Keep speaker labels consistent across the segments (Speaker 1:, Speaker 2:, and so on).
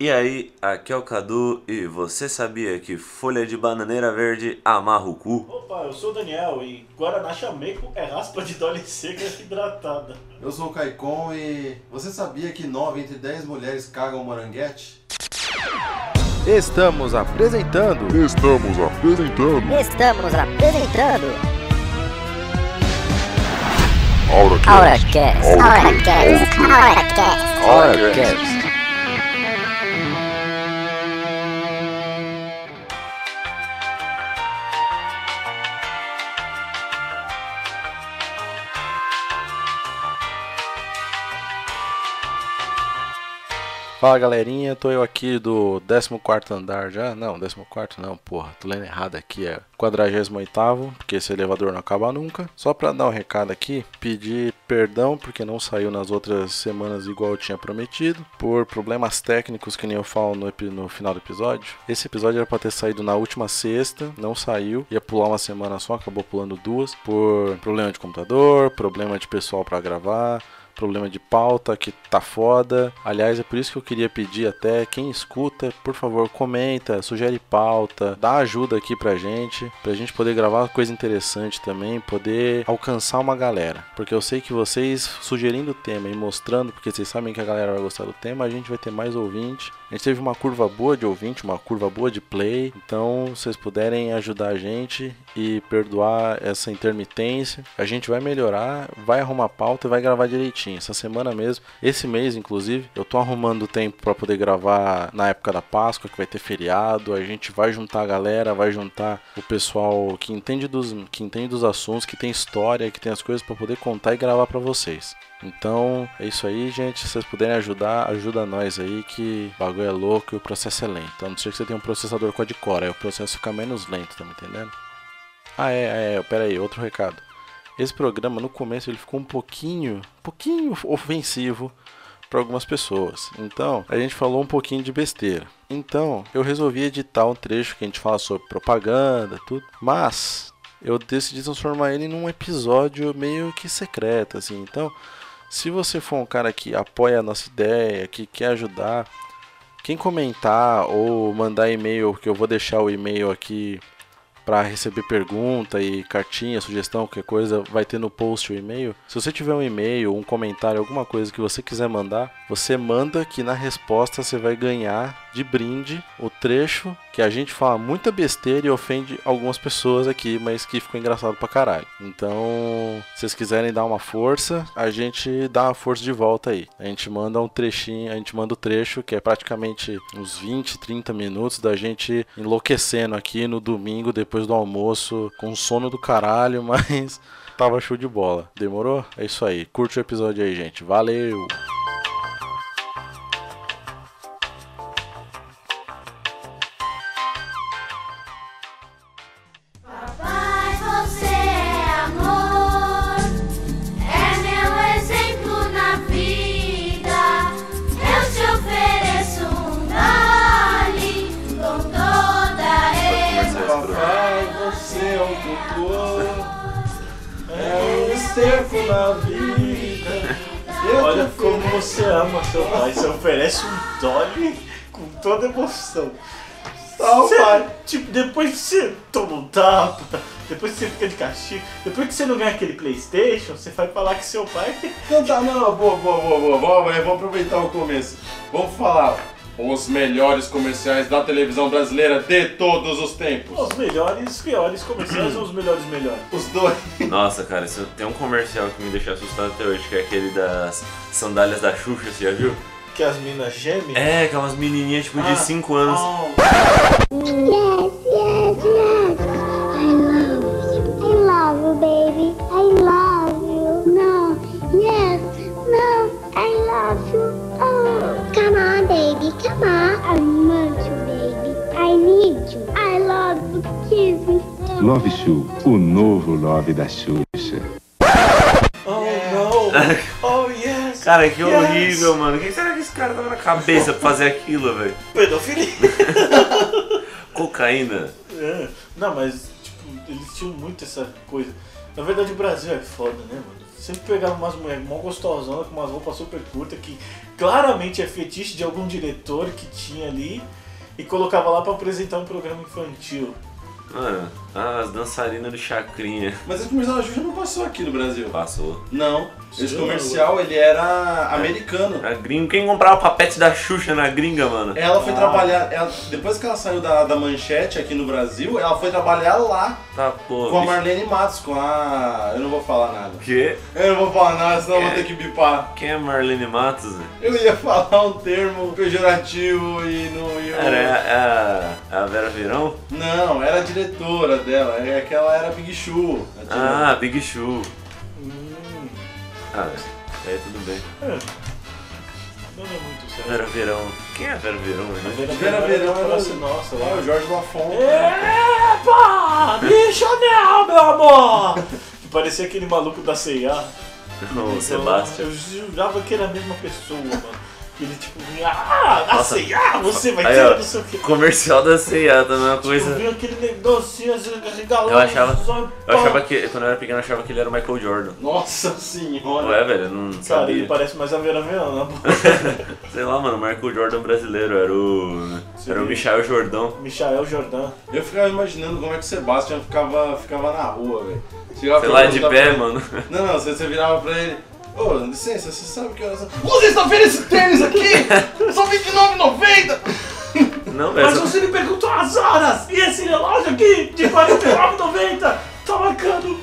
Speaker 1: E aí, aqui é o Cadu e você sabia que folha de bananeira verde amarra o cu?
Speaker 2: Opa, eu sou o Daniel e Guaraná Chameco é raspa de dole seca hidratada.
Speaker 3: Eu sou o Caicon e você sabia que 9 entre 10 mulheres cagam moranguete?
Speaker 4: Estamos apresentando
Speaker 5: Estamos apresentando
Speaker 6: Estamos apresentando
Speaker 5: AuraCast.
Speaker 6: AuraCast.
Speaker 5: AuraCast.
Speaker 6: AuraCast.
Speaker 5: AuraCast.
Speaker 4: Fala galerinha, tô eu aqui do 14 andar já. Não, 14 não, porra, tô lendo errado aqui, é 48, porque esse elevador não acaba nunca. Só pra dar um recado aqui, pedir perdão porque não saiu nas outras semanas igual eu tinha prometido, por problemas técnicos que nem eu falo no, epi- no final do episódio. Esse episódio era pra ter saído na última sexta, não saiu, ia pular uma semana só, acabou pulando duas, por problema de computador, problema de pessoal pra gravar problema de pauta que tá foda. Aliás, é por isso que eu queria pedir até quem escuta, por favor, comenta, sugere pauta, dá ajuda aqui pra gente, pra gente poder gravar coisa interessante também, poder alcançar uma galera. Porque eu sei que vocês sugerindo o tema e mostrando, porque vocês sabem que a galera vai gostar do tema, a gente vai ter mais ouvinte. A gente teve uma curva boa de ouvinte, uma curva boa de play. Então, se vocês puderem ajudar a gente e perdoar essa intermitência, a gente vai melhorar, vai arrumar pauta e vai gravar direitinho. Essa semana mesmo, esse mês inclusive, eu tô arrumando tempo pra poder gravar na época da Páscoa, que vai ter feriado. A gente vai juntar a galera, vai juntar o pessoal que entende dos, que entende dos assuntos, que tem história, que tem as coisas pra poder contar e gravar pra vocês. Então é isso aí, gente. Se vocês puderem ajudar, ajuda nós aí que o bagulho é louco e o processo é lento. A não ser que você tenha um processador quad-core, aí o processo fica menos lento, tá me entendendo? Ah, é, é, pera aí, outro recado. Esse programa no começo ele ficou um pouquinho, um pouquinho ofensivo para algumas pessoas. Então, a gente falou um pouquinho de besteira. Então, eu resolvi editar um trecho que a gente fala sobre propaganda, tudo, mas eu decidi transformar ele num episódio meio que secreto assim. Então, se você for um cara que apoia a nossa ideia, que quer ajudar, quem comentar ou mandar e-mail, que eu vou deixar o e-mail aqui para receber pergunta e cartinha, sugestão, qualquer coisa, vai ter no post o e-mail. Se você tiver um e-mail, um comentário, alguma coisa que você quiser mandar, você manda que na resposta você vai ganhar de brinde o trecho que a gente fala muita besteira e ofende algumas pessoas aqui, mas que ficou engraçado pra caralho. Então, se vocês quiserem dar uma força, a gente dá uma força de volta aí. A gente manda um trechinho, a gente manda o trecho, que é praticamente uns 20, 30 minutos da gente enlouquecendo aqui no domingo, depois do almoço, com sono do caralho, mas tava show de bola. Demorou? É isso aí. Curte o episódio aí, gente. Valeu!
Speaker 7: Pai, você é amor, é meu exemplo na vida. Eu te ofereço um vale com toda eu.
Speaker 3: Papai, você é o doutor, é o esterco na vida. Eu
Speaker 2: Olha
Speaker 3: te
Speaker 2: como
Speaker 3: ofereço-
Speaker 2: você ama seu pai, você oferece um dole com toda emoção.
Speaker 3: Não,
Speaker 2: Cê-
Speaker 3: pai.
Speaker 2: Tipo, depois que você toma um tapa, depois que você fica de castigo, depois que você não ganha aquele Playstation, você vai falar que seu pai
Speaker 3: Não tá, não, boa, boa, boa, boa, boa, mas vamos aproveitar o começo. Vamos falar os melhores comerciais da televisão brasileira de todos os tempos.
Speaker 2: os melhores, piores comerciais ou os melhores melhores.
Speaker 3: Os dois.
Speaker 1: Nossa, cara, isso tem um comercial que me deixa assustado até hoje, que é aquele das sandálias da Xuxa, você já viu?
Speaker 2: Que as minas Oh, gemem.
Speaker 1: É, que é umas menininhas tipo
Speaker 3: Ah.
Speaker 1: de 5 anos.
Speaker 8: Yes, yes, yes. I love you. I love you, baby. I love you. No, yes, no. I love you. Oh, come on, baby. Come on. I want you, baby. I need you. I love you. Kiss me.
Speaker 5: Love Show, o novo Love da Xuxa.
Speaker 2: Oh não! Oh yes!
Speaker 1: Cara, que
Speaker 2: Yes.
Speaker 1: horrível, mano. O que será que esse cara tava na cabeça pra fazer aquilo, velho?
Speaker 2: Pedofilia!
Speaker 1: Cocaína.
Speaker 2: É, Não, mas tipo, eles tinham muito essa coisa. Na verdade o Brasil é foda, né, mano? Sempre pegava umas mulheres mó gostosona, com umas roupas super curtas, que claramente é fetiche de algum diretor que tinha ali, e colocava lá pra apresentar um programa infantil.
Speaker 1: Mano, ah, as dançarinas do Chacrinha.
Speaker 3: Mas esse comercial da Xuxa não passou aqui no Brasil.
Speaker 1: Passou.
Speaker 3: Não. Esse
Speaker 2: Sim.
Speaker 3: comercial, ele era americano.
Speaker 1: A gringa, quem comprava papete da Xuxa na gringa, mano?
Speaker 3: Ela foi
Speaker 2: Ah.
Speaker 3: trabalhar, ela- depois que ela saiu da, da manchete aqui no Brasil, ela foi trabalhar lá
Speaker 1: Tá, pô.
Speaker 3: com a
Speaker 1: bicho.
Speaker 3: Marlene Matos, com a. Eu não vou falar nada.
Speaker 1: Quê?
Speaker 3: Eu não vou falar nada, senão eu vou ter que bipar.
Speaker 1: Quem é Marlene Matos, velho?
Speaker 3: Eu ia falar um termo pejorativo e não ia.
Speaker 1: Cara, é a, é a Vera Verão?
Speaker 3: Não, era a diretora dela, é que ela era Big Show.
Speaker 1: Ah, Big Show.
Speaker 2: Hum,
Speaker 1: Ah, velho, aí tudo bem.
Speaker 2: não é muito certo.
Speaker 1: Vera Verão. Quem é Vera Verão,
Speaker 2: A
Speaker 1: velho?
Speaker 2: Vera
Speaker 3: Vera
Speaker 2: Verão
Speaker 3: Verão
Speaker 2: era
Speaker 3: era-
Speaker 2: nossa, assim, nossa
Speaker 3: Ah, o
Speaker 2: lá.
Speaker 3: Jorge Lafon.
Speaker 2: É, Epa! Bicho não, meu amor! Que parecia aquele maluco da C&A.
Speaker 1: O Sebastião.
Speaker 2: Eu jurava que era a mesma pessoa, mano. Que ele tipo vinha, ah, a
Speaker 1: Nossa.
Speaker 2: C&A, você vai
Speaker 1: Aí,
Speaker 2: ter
Speaker 1: ó.
Speaker 2: não sei o que.
Speaker 1: Comercial da C&A também é uma
Speaker 2: Eu
Speaker 1: coisa...
Speaker 2: vi aquele negocinho assim, regalando.
Speaker 1: Eu achava-
Speaker 2: só-
Speaker 1: Eu achava que, quando eu era pequeno, eu achava que ele era o Michael Jordan.
Speaker 3: Nossa senhora.
Speaker 1: Ué, velho, eu não
Speaker 2: Cara, ele
Speaker 1: sabia.
Speaker 2: parece mais a Vera Verão, na boa.
Speaker 1: Sei lá, mano, o Michael Jordan brasileiro era o... Era o Michael Jordão.
Speaker 2: Michael Jordan.
Speaker 3: Eu ficava imaginando como é que o Sebastian ficava, ficava na rua, velho. Chegava
Speaker 1: Sei
Speaker 3: pra
Speaker 1: lá, de
Speaker 3: perguntar pra
Speaker 1: pé,
Speaker 3: ele-
Speaker 1: mano.
Speaker 3: Não, não, você, você virava pra ele. Ô, licença, você sabe que horas... Você está vendo esse tênis aqui? Só R$29,90!
Speaker 1: Não, velho.
Speaker 2: Mas
Speaker 1: só-
Speaker 2: você me perguntou as horas! E esse relógio aqui, de 49,90, tá marcando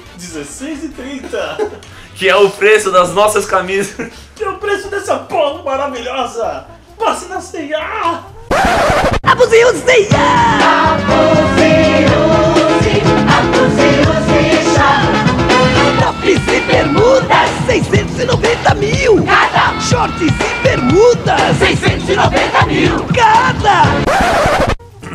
Speaker 2: 16,30.
Speaker 1: Que é o preço das nossas camisas.
Speaker 2: Que é o preço dessa porra maravilhosa! Passe na C&A!
Speaker 9: Tops e bermudas, 690 mil. Cada. Shorts e bermudas, 690 mil. Cada.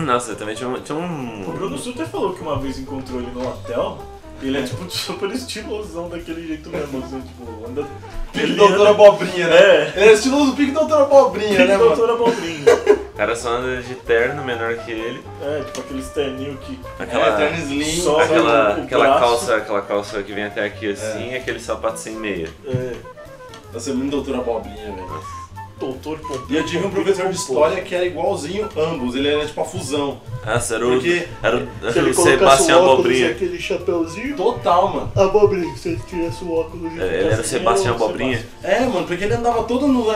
Speaker 1: Nossa, também tinha um... Tinha
Speaker 2: O
Speaker 1: um...
Speaker 2: Bruno Suter falou que uma vez encontrou ele no hotel. e Ele é tipo super estilosão daquele jeito mesmo, assim, tipo, anda.
Speaker 3: Pique Doutora Bobrinha, né?
Speaker 2: É.
Speaker 3: Ele é estiloso pique Doutora Bobrinha,
Speaker 2: Ele
Speaker 3: né,
Speaker 2: é
Speaker 3: mano?
Speaker 2: doutora Bobrinho.
Speaker 1: O cara só anda de terno, menor que ele.
Speaker 2: É, tipo aquele terninho que.
Speaker 1: Aquela...
Speaker 3: É, terno slim.
Speaker 2: Só-
Speaker 1: Aquela,
Speaker 2: O
Speaker 1: aquela
Speaker 2: braço.
Speaker 1: calça, aquela calça que vem até aqui assim, e aquele sapato sem meia.
Speaker 2: É.
Speaker 3: Nossa, Tá muito Doutora Bobrinha, velho.
Speaker 2: Doutor
Speaker 3: E eu tive um professor de história que era igualzinho ambos, ele era tipo a fusão.
Speaker 1: Nossa, Ah, era o,
Speaker 3: Porque
Speaker 1: era o,
Speaker 2: Se
Speaker 1: era
Speaker 2: ele
Speaker 1: o
Speaker 2: colocasse o
Speaker 1: Sebastião
Speaker 2: óculos e
Speaker 1: Bobrinha.
Speaker 2: aquele chapeuzinho.
Speaker 3: total, mano.
Speaker 2: Abobrinho, se ele tirasse o óculos e
Speaker 1: É, Ele era o
Speaker 2: ficasse-
Speaker 1: Sebastião
Speaker 2: Era o
Speaker 1: Bobrinha.
Speaker 3: É, mano, porque ele andava todo nos,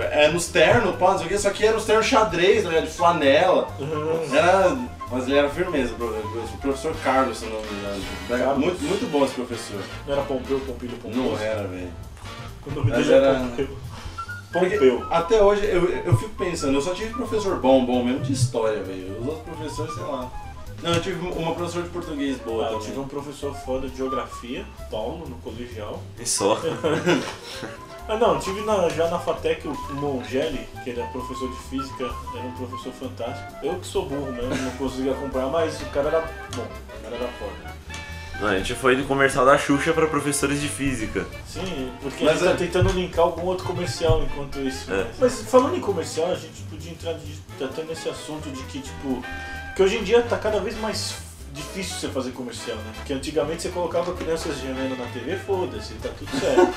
Speaker 3: é, nos ternos, pá, não sei o que, só que era os ternos xadrez, né, de flanela.
Speaker 2: Uhum.
Speaker 3: Era, mas ele era firmeza, o professor, o professor Carlos, se não me engano. Era
Speaker 2: Carlos.
Speaker 3: Muito, muito bom esse professor.
Speaker 2: Não era Pompeu, Pompilho, Pompeu.
Speaker 3: Não era, velho.
Speaker 2: O nome
Speaker 3: Mas
Speaker 2: dele era
Speaker 3: era-
Speaker 2: Pompeu.
Speaker 3: Porque
Speaker 2: Pompeu.
Speaker 3: até hoje eu, eu fico pensando, eu só tive professor bom, bom mesmo de história, velho. Os outros professores, sei lá. Não, eu tive uma professora de português boa
Speaker 2: Ah, eu
Speaker 3: também.
Speaker 2: tive um professor foda de geografia, Paulo, no colegial.
Speaker 1: E só.
Speaker 2: Ah não, tive na- já na FATEC o Mongelli, que era professor de física, era um professor fantástico. Eu que sou burro mesmo, não conseguia acompanhar, mas o cara era bom, o cara era foda.
Speaker 1: Não, a gente foi do comercial da Xuxa pra professores de física.
Speaker 2: Sim, porque
Speaker 3: Mas
Speaker 2: a gente
Speaker 3: é-
Speaker 2: tá tentando linkar algum outro comercial enquanto isso.
Speaker 1: É.
Speaker 2: Mas, mas falando em comercial, a gente podia entrar de- até nesse assunto de que, tipo, que hoje em dia tá cada vez mais difícil você fazer comercial, né? Porque antigamente você colocava crianças gemendo na TV, foda-se, tá tudo certo.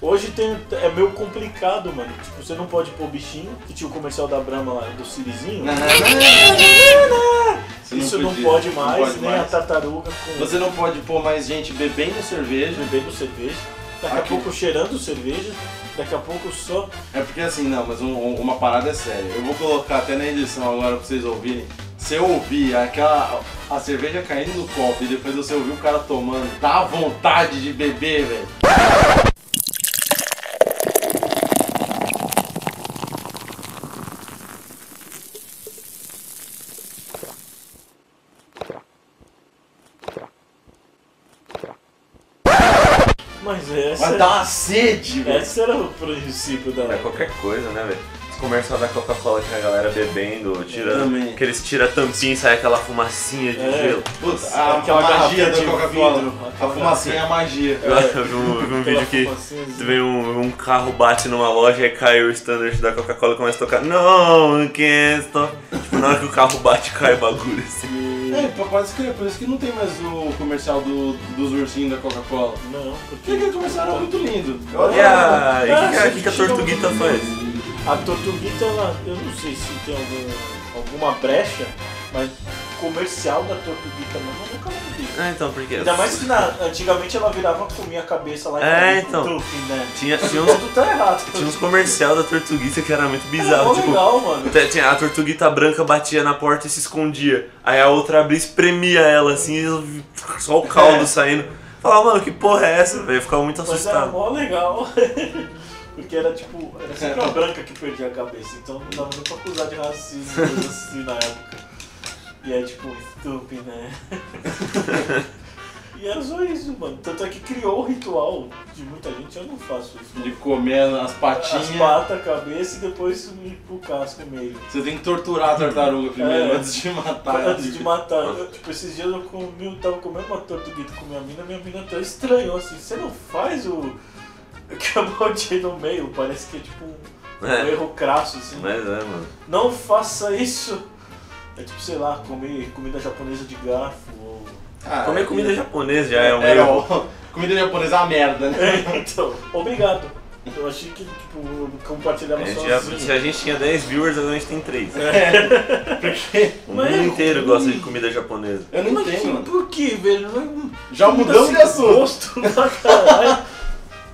Speaker 2: Hoje tem, é meio complicado, mano. Tipo, você não pode pôr bichinho, que tinha o comercial da Brahma lá, do Sirizinho.
Speaker 3: Você
Speaker 2: Isso não,
Speaker 3: podia,
Speaker 2: pode
Speaker 3: não
Speaker 2: mais, né?
Speaker 3: pode
Speaker 2: nem
Speaker 3: mais.
Speaker 2: a tartaruga com
Speaker 3: Você não pode pôr mais gente bebendo cerveja.
Speaker 2: bebendo cerveja. Daqui
Speaker 3: Aqui.
Speaker 2: a pouco cheirando cerveja, daqui a pouco só
Speaker 3: É porque assim, não, mas um- um- uma parada é séria. Eu vou colocar até na edição agora pra vocês ouvirem. Se eu ouvir aquela. a cerveja caindo no copo e depois você ouvir o cara tomando, dá vontade de beber, velho.
Speaker 2: Mas essa,
Speaker 3: Mas dá uma sede, velho.
Speaker 2: esse era o princípio da.
Speaker 1: um É qualquer coisa, né, velho? Esse comercial da Coca-Cola que a galera bebendo,
Speaker 3: Também.
Speaker 1: tirando. Que eles tiram a tampinha e sai aquela fumacinha de
Speaker 2: É.
Speaker 1: gelo.
Speaker 3: Puta, a,
Speaker 2: Aquela
Speaker 3: a magia
Speaker 2: garrafinha de
Speaker 3: da Coca-Cola.
Speaker 2: vidro,
Speaker 3: A
Speaker 2: aquela
Speaker 3: fumacinha é a magia.
Speaker 1: Eu vi um, vi um
Speaker 2: Aquela
Speaker 1: vídeo que
Speaker 2: fumacinha.
Speaker 1: vem um, um carro, bate numa loja e cai o standard da Coca-Cola e começa a tocar. Não, can't stop. Tipo, na hora que o carro bate, cai o bagulho assim.
Speaker 2: E
Speaker 1: de.
Speaker 3: É, pra quase crer, por isso que não tem mais o comercial do, dos ursinhos da Coca-Cola.
Speaker 2: Não,
Speaker 3: Porque aquele comercial era muito lindo. Eu
Speaker 1: E a. e
Speaker 2: Ah,
Speaker 1: que que a- que, que a
Speaker 2: chega
Speaker 1: tortuguita
Speaker 2: um-
Speaker 1: faz?
Speaker 2: A Tortuguita, ela, eu não sei se tem algum, alguma brecha, mas comercial da Tortuguita mesmo eu nunca mais vi.
Speaker 1: Ah, então, porque.
Speaker 2: Ainda mais que na, antigamente ela virava, comia a cabeça lá e
Speaker 1: É,
Speaker 2: fazia
Speaker 1: então.
Speaker 2: tufi, né?
Speaker 1: Tinha, tinha, uns,
Speaker 2: Tudo tá errado.
Speaker 1: tinha uns comercial da tortuguita que era muito
Speaker 2: Era
Speaker 1: bizarro.
Speaker 2: mó
Speaker 1: tipo,
Speaker 2: legal, mano.
Speaker 1: Até tinha- a tortuguita branca batia na porta e se escondia. Aí a outra abria e espremia ela assim, e eu vi só o caldo saindo. Falava, mano, que porra é essa, velho? Eu Ficava muito
Speaker 2: Mas era
Speaker 1: assustado.
Speaker 2: mó legal. Porque era tipo, era sempre a branca que perdia a cabeça, então não dava nem pra acusar de racismo, coisa assim na época. E aí tipo, estúpido, né? E era só isso, mano. Tanto é que criou o ritual de muita gente, eu não faço isso.
Speaker 3: De comer as patinhas.
Speaker 2: As patas, a cabeça e depois ir pro casco meio.
Speaker 3: Você tem que torturar a tartaruga primeiro
Speaker 2: É.
Speaker 3: antes de matar ela.
Speaker 2: Antes de matar, eu, tipo, esses dias eu comi, eu tava comendo uma tortuguita com minha mina, minha mina até estranhou assim, você não faz o. que eu botei no meio, parece que é tipo um, um
Speaker 1: É.
Speaker 2: erro crasso, assim.
Speaker 1: Mas é, mano.
Speaker 2: Não faça isso! É tipo, sei lá, comer comida japonesa de garfo ou.
Speaker 3: Ah,
Speaker 1: Comer comida japonesa já é um
Speaker 3: Era
Speaker 1: erro.
Speaker 3: o- Comida japonesa é uma merda, né?
Speaker 2: É, então, obrigado! Eu achei que, tipo, eu compartilhava
Speaker 1: A gente É, já-
Speaker 2: sozinho.
Speaker 1: se a gente tinha 10 viewers, agora a gente tem 3. O
Speaker 3: Porque
Speaker 2: É. Mas-
Speaker 1: mundo inteiro gosta de comida japonesa.
Speaker 3: eu não
Speaker 2: Mas
Speaker 3: entendo, mano.
Speaker 2: por que, velho? Não-
Speaker 3: Já
Speaker 2: Comida
Speaker 3: mudamos
Speaker 1: assim,
Speaker 2: sem
Speaker 3: de
Speaker 2: Gosto
Speaker 3: assunto.
Speaker 2: pra caralho.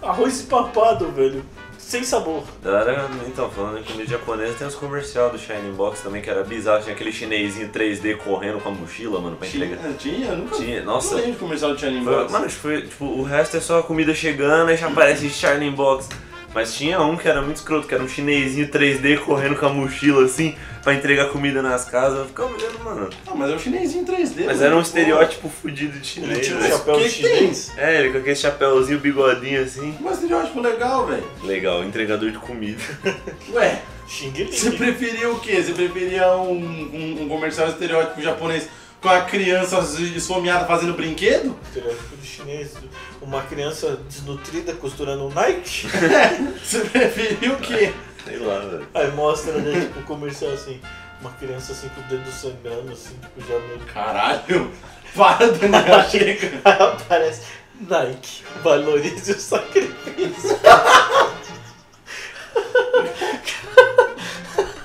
Speaker 2: Arroz empapado, velho. Sem sabor.
Speaker 1: Galera, então, falando em comida japonesa, tem os comercial do Shining Box também que era bizarro. Tinha aquele chinesinho 3D correndo com a mochila, mano, pra entregar.
Speaker 3: Tinha, tinha, nunca.
Speaker 1: Tinha, nossa.
Speaker 3: Não lembro de comercial de Shining
Speaker 1: Foi-
Speaker 3: Box.
Speaker 1: Mano, acho que foi, tipo, o resto é só a comida chegando, aí já aparece Shining Box. Mas tinha um que era muito escroto, que era um chinesinho 3D correndo com a mochila assim, pra entregar comida nas casas. Eu ficava olhando, mano.
Speaker 3: Ah, mas é um chinesinho 3D.
Speaker 1: Mas
Speaker 3: mano.
Speaker 1: era um
Speaker 3: Pô,
Speaker 1: estereótipo fudido de
Speaker 2: Ele
Speaker 1: chinês,
Speaker 2: tinha um
Speaker 1: velho.
Speaker 2: chapéu
Speaker 3: Que que né? tem?
Speaker 2: chinês.
Speaker 1: É, ele com aquele chapéuzinho, bigodinho assim.
Speaker 3: Um estereótipo legal, velho.
Speaker 1: Legal, entregador de comida.
Speaker 3: Ué,
Speaker 2: Xing
Speaker 3: você
Speaker 2: Ling.
Speaker 3: preferia o quê? Você preferia um, um, um comercial estereótipo japonês com a criança esfomeada fazendo brinquedo?
Speaker 2: Estereótipo de chinês. Uma criança desnutrida costurando um Nike.
Speaker 3: Você preferia o quê?
Speaker 1: Sei lá, velho.
Speaker 2: Aí mostra, né, tipo, um comercial assim. Uma criança assim com o dedo sangrando, assim, tipo, já meio.
Speaker 3: Caralho, para, Daniel, chega.
Speaker 2: Aí aparece Nike, valorize o sacrifício.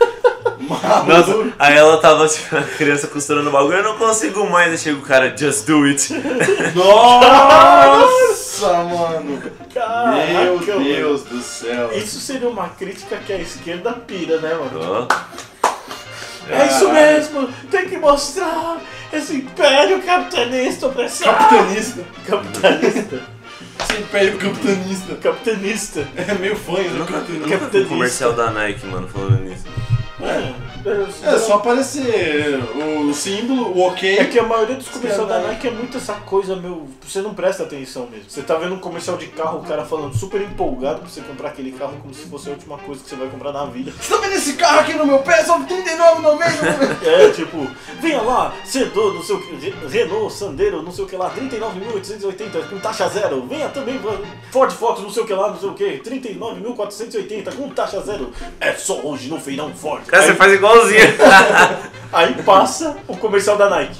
Speaker 1: Nossa,
Speaker 3: Maluco.
Speaker 1: aí ela tava, tipo, a criança costurando o bagulho, eu não consigo mais. Aí chega o cara, just do it.
Speaker 3: Nossa, mano. Meu
Speaker 2: Caraca, mano.
Speaker 3: Deus do céu.
Speaker 2: Isso seria uma crítica que a esquerda pira, né, mano?
Speaker 1: Ó,
Speaker 2: É isso
Speaker 3: Caralho.
Speaker 2: mesmo! Tem que mostrar esse império capitalista opressor!
Speaker 3: Capitanista.
Speaker 2: Capitalista!
Speaker 3: Esse império capitanista.
Speaker 2: Capitalista!
Speaker 3: É meio fanho, né?
Speaker 1: nunca,
Speaker 3: capitanista.
Speaker 1: nunca vi um comercial da Nike, mano, falando nisso.
Speaker 2: É,
Speaker 3: É só aparecer o símbolo, o ok.
Speaker 2: É que a maioria dos comerciais da
Speaker 3: Esquerda.
Speaker 2: Nike é muito essa coisa, meu. Você não presta atenção mesmo. Você tá vendo um comercial de carro, o cara falando super empolgado pra você comprar aquele carro como se fosse a última coisa que você vai comprar na vida.
Speaker 3: Você tá vendo esse carro aqui no meu pé? Só 39,90.
Speaker 2: É, tipo, venha lá, Sedor, não sei o que, Re- Renault, Sandero, não sei o que lá, 39.880 com taxa zero. Venha também, Ford Fox, não sei o que lá, não sei o que, 39.480 com taxa zero. É só hoje no feirão Ford.
Speaker 1: Cara, você
Speaker 2: Aí,
Speaker 1: faz igualzinho.
Speaker 2: aí passa o comercial da Nike.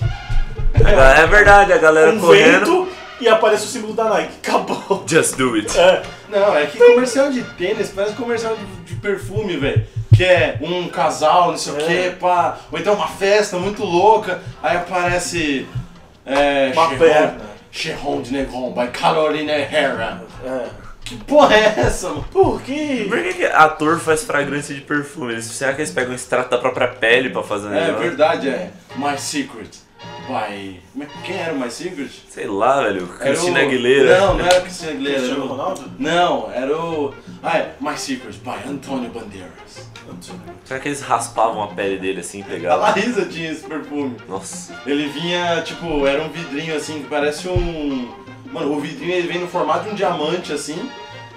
Speaker 1: É verdade, a galera
Speaker 2: Um
Speaker 1: correndo.
Speaker 2: vento e aparece o símbolo da Nike. Acabou.
Speaker 1: Just do it.
Speaker 2: É,
Speaker 3: Não, é que comercial de tênis parece comercial de, de perfume, velho. Que é um casal, não sei o
Speaker 2: É.
Speaker 3: que, pá. Ou então uma festa muito louca. Aí aparece. É,
Speaker 2: Uma
Speaker 3: Chevron-
Speaker 2: perna.
Speaker 3: Chevron de Negon by Carolina Herrera.
Speaker 2: é.
Speaker 3: Que porra é essa, mano?
Speaker 2: Por quê?
Speaker 1: Por que, que ator faz fragrância de perfume? Eles, será que eles pegam extrato da própria pele pra fazer um
Speaker 2: né?
Speaker 3: É
Speaker 1: negócio?
Speaker 3: verdade, é. My Secret. By. como é que- Quem era o My Secret?
Speaker 1: Sei lá, velho.
Speaker 3: Era o-
Speaker 1: Cristina Aguilera.
Speaker 3: Não, não era Cristina Aguilera. era
Speaker 2: Cristiano
Speaker 3: o-
Speaker 2: Ronaldo?
Speaker 3: Não, era o. Ah, é. My Secret by Antônio Bandeiras.
Speaker 1: Será que eles raspavam a pele dele assim e
Speaker 3: A
Speaker 1: pegavam?
Speaker 3: Larissa tinha esse perfume.
Speaker 1: Nossa.
Speaker 3: Ele vinha, tipo, era um vidrinho assim que parece um. Mano, o vidrinho ele vem no formato de um diamante assim.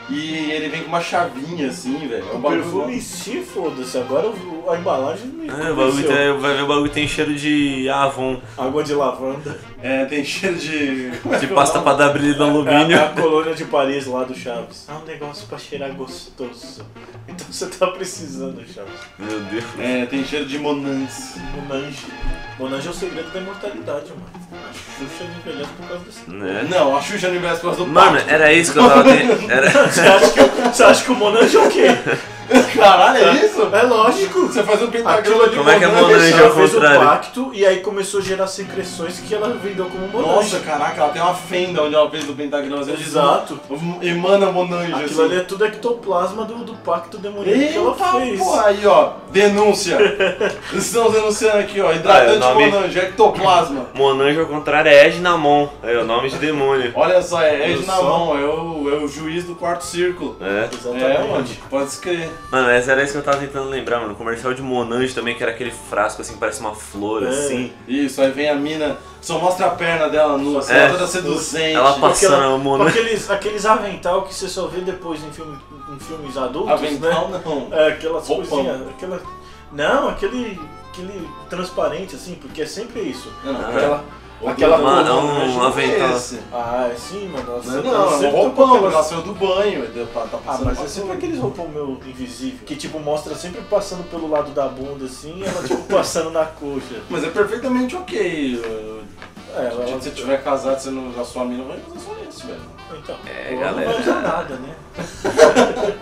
Speaker 3: E ele vem com uma chavinha assim, velho. É um
Speaker 2: O
Speaker 3: bagulho-
Speaker 2: perfume em si, foda-se. Agora o- a embalagem me
Speaker 1: É, o bagulho tá-
Speaker 2: convenceu.
Speaker 1: tem- vai ver o bagulho tem cheiro de Avon,
Speaker 2: Água de lavanda.
Speaker 3: É, tem cheiro de.
Speaker 1: de pasta pra dar brilho no
Speaker 2: É
Speaker 1: alumínio.
Speaker 2: a, a colônia de Paris lá do Chaves. É um negócio pra cheirar gostoso. Então você tá precisando, Chaves.
Speaker 1: Meu Deus.
Speaker 3: É, tem cheiro de Monantes.
Speaker 2: Monange. Monange é o segredo da imortalidade, mano. A Xuxa não envelhece por causa desse.
Speaker 1: Né?
Speaker 3: Não, a Xuxa não investe mais do
Speaker 1: Mano,
Speaker 3: pacto.
Speaker 1: era isso que eu tava tentando. Era...
Speaker 2: Você acha que, você acha que o Monange é o quê?
Speaker 3: Caralho, é isso?
Speaker 2: É lógico.
Speaker 3: Você faz um pentagrama
Speaker 2: Aquilo
Speaker 3: de
Speaker 1: Como é que é
Speaker 3: Monantes.
Speaker 1: Monange
Speaker 2: Ela
Speaker 1: ao
Speaker 2: fez o
Speaker 1: contrário?
Speaker 2: pacto e aí começou a gerar secreções que ela vendeu como Monange.
Speaker 3: Nossa, caraca, ela tem uma fenda onde ela fez do pentagrama. Às vezes
Speaker 2: Exato.
Speaker 3: Emana Monange,
Speaker 2: Aquilo ali
Speaker 3: assim.
Speaker 2: é tudo ectoplasma do, do pacto demoníaco que ela
Speaker 3: Eita,
Speaker 2: fez.
Speaker 3: pô, aí ó, denúncia. Estamos denunciando aqui, ó,
Speaker 1: Ah, é,
Speaker 3: hidratante
Speaker 1: nome-
Speaker 3: Monange, ectoplasma.
Speaker 1: Monange ao contrário é Ednamon. Aí, o nome de demônio.
Speaker 3: Olha só, é Ed
Speaker 2: Eu
Speaker 3: na
Speaker 2: só-
Speaker 3: mão, é o, é o juiz do quarto círculo.
Speaker 1: É.
Speaker 3: É,
Speaker 2: Exatamente.
Speaker 3: mano, pode escrever.
Speaker 1: Mano, mas era isso que eu tava tentando lembrar, mano. O comercial de Monange também, que era aquele frasco assim, que parece uma flor,
Speaker 2: É.
Speaker 1: assim.
Speaker 3: Isso, aí vem a mina, só mostra a perna dela nua, assim,
Speaker 1: É.
Speaker 3: ela toda seduzente.
Speaker 1: Ela passando
Speaker 2: Aquela-
Speaker 1: a Monange.
Speaker 2: Aqueles, aqueles avental que você só vê depois em, filme, em filmes adultos,
Speaker 3: Avental
Speaker 2: né?
Speaker 3: não.
Speaker 2: É, aquelas
Speaker 3: Roupão.
Speaker 2: coisinhas, aquela... Não, aquele, aquele transparente, assim, porque é sempre isso.
Speaker 3: Não, não,
Speaker 1: Ah.
Speaker 3: aquela.
Speaker 2: Aquela
Speaker 1: Mano, é
Speaker 2: porra,
Speaker 1: um
Speaker 2: né, gente?
Speaker 1: avental.
Speaker 3: Esse.
Speaker 2: Ah, é sim, mano. elas-
Speaker 3: Não,
Speaker 2: elas
Speaker 3: não, é um
Speaker 2: sempre tão com
Speaker 3: roupão, ela
Speaker 2: aquelas-
Speaker 3: saiu do banho, ela tá tá
Speaker 2: Ah,
Speaker 3: passando
Speaker 2: mas
Speaker 3: uma
Speaker 2: é sempre
Speaker 3: roupa.
Speaker 2: aqueles roupão meu invisível, que tipo mostra sempre passando pelo lado da bunda assim, e ela tipo passando na coxa.
Speaker 3: Mas é perfeitamente ok. eu-
Speaker 2: É, ela,
Speaker 3: Se você tiver casado, você não, a sua mina vai fazer só isso, velho.
Speaker 2: Então,
Speaker 1: É,
Speaker 2: ela não
Speaker 1: galera.
Speaker 2: vai usar nada, né?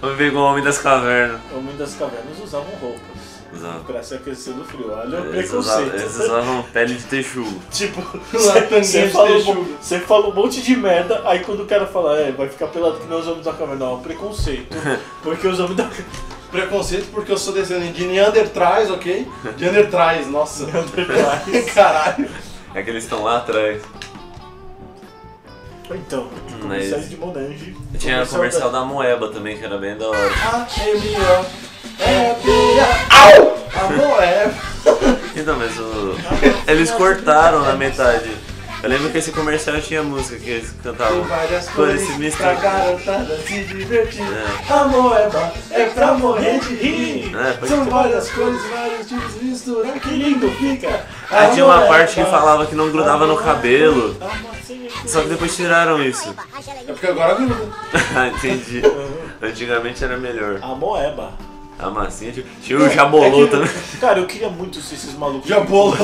Speaker 1: Vamos ver igual o Homem das Cavernas.
Speaker 2: Homens das cavernas usavam roupas.
Speaker 1: Exato.
Speaker 2: Pra se aquecer do frio. Olha É o
Speaker 1: Eles usavam, é. eles
Speaker 2: preconceito.
Speaker 1: usavam pele de texugo.
Speaker 2: Tipo,
Speaker 3: Latanguinha
Speaker 2: você
Speaker 3: de
Speaker 2: fala, um
Speaker 3: texugo.
Speaker 2: mon- você fala um monte de merda, aí quando o cara fala, é, vai ficar pelado que nós vamos da caverna. Não, é preconceito. Porque os homens da
Speaker 3: Preconceito porque eu sou descendente de Neandertrais, ok? De Neandertrais, nossa.
Speaker 2: caverna.
Speaker 3: Caralho.
Speaker 1: É que eles estão lá atrás.
Speaker 2: Então,
Speaker 1: Mas-
Speaker 2: comerciais de Monange.
Speaker 1: Tinha o comercial
Speaker 2: da-
Speaker 1: da Moeba também, que era bem da hora.
Speaker 3: A Emília é minha. Au! A Moeb.
Speaker 1: Então, mas o... eles cortaram na metade. Eu lembro que esse comercial tinha música que eles
Speaker 3: Tem
Speaker 1: cantavam.
Speaker 3: várias
Speaker 1: Pô,
Speaker 3: cores
Speaker 1: esse
Speaker 3: pra
Speaker 1: mistura.
Speaker 3: garotada se divertir. A Moeba é pra morrer de rir.
Speaker 1: É, pode
Speaker 3: São
Speaker 1: crer.
Speaker 3: várias cores, vários tipos, mistura. Que lindo fica. A
Speaker 1: Aí Ah, tinha uma
Speaker 3: Moeba.
Speaker 1: parte que falava que não grudava no cabelo.
Speaker 2: Dá uma senha aqui.
Speaker 1: Só que depois tiraram isso.
Speaker 3: É porque agora gruda.
Speaker 1: Ah, entendi. Antigamente era melhor.
Speaker 2: A Moeba.
Speaker 1: A massinha tipo, tinha o jabolô
Speaker 2: É que-
Speaker 1: também.
Speaker 2: Cara, eu queria muito ser esses malucos.
Speaker 3: Já bolo.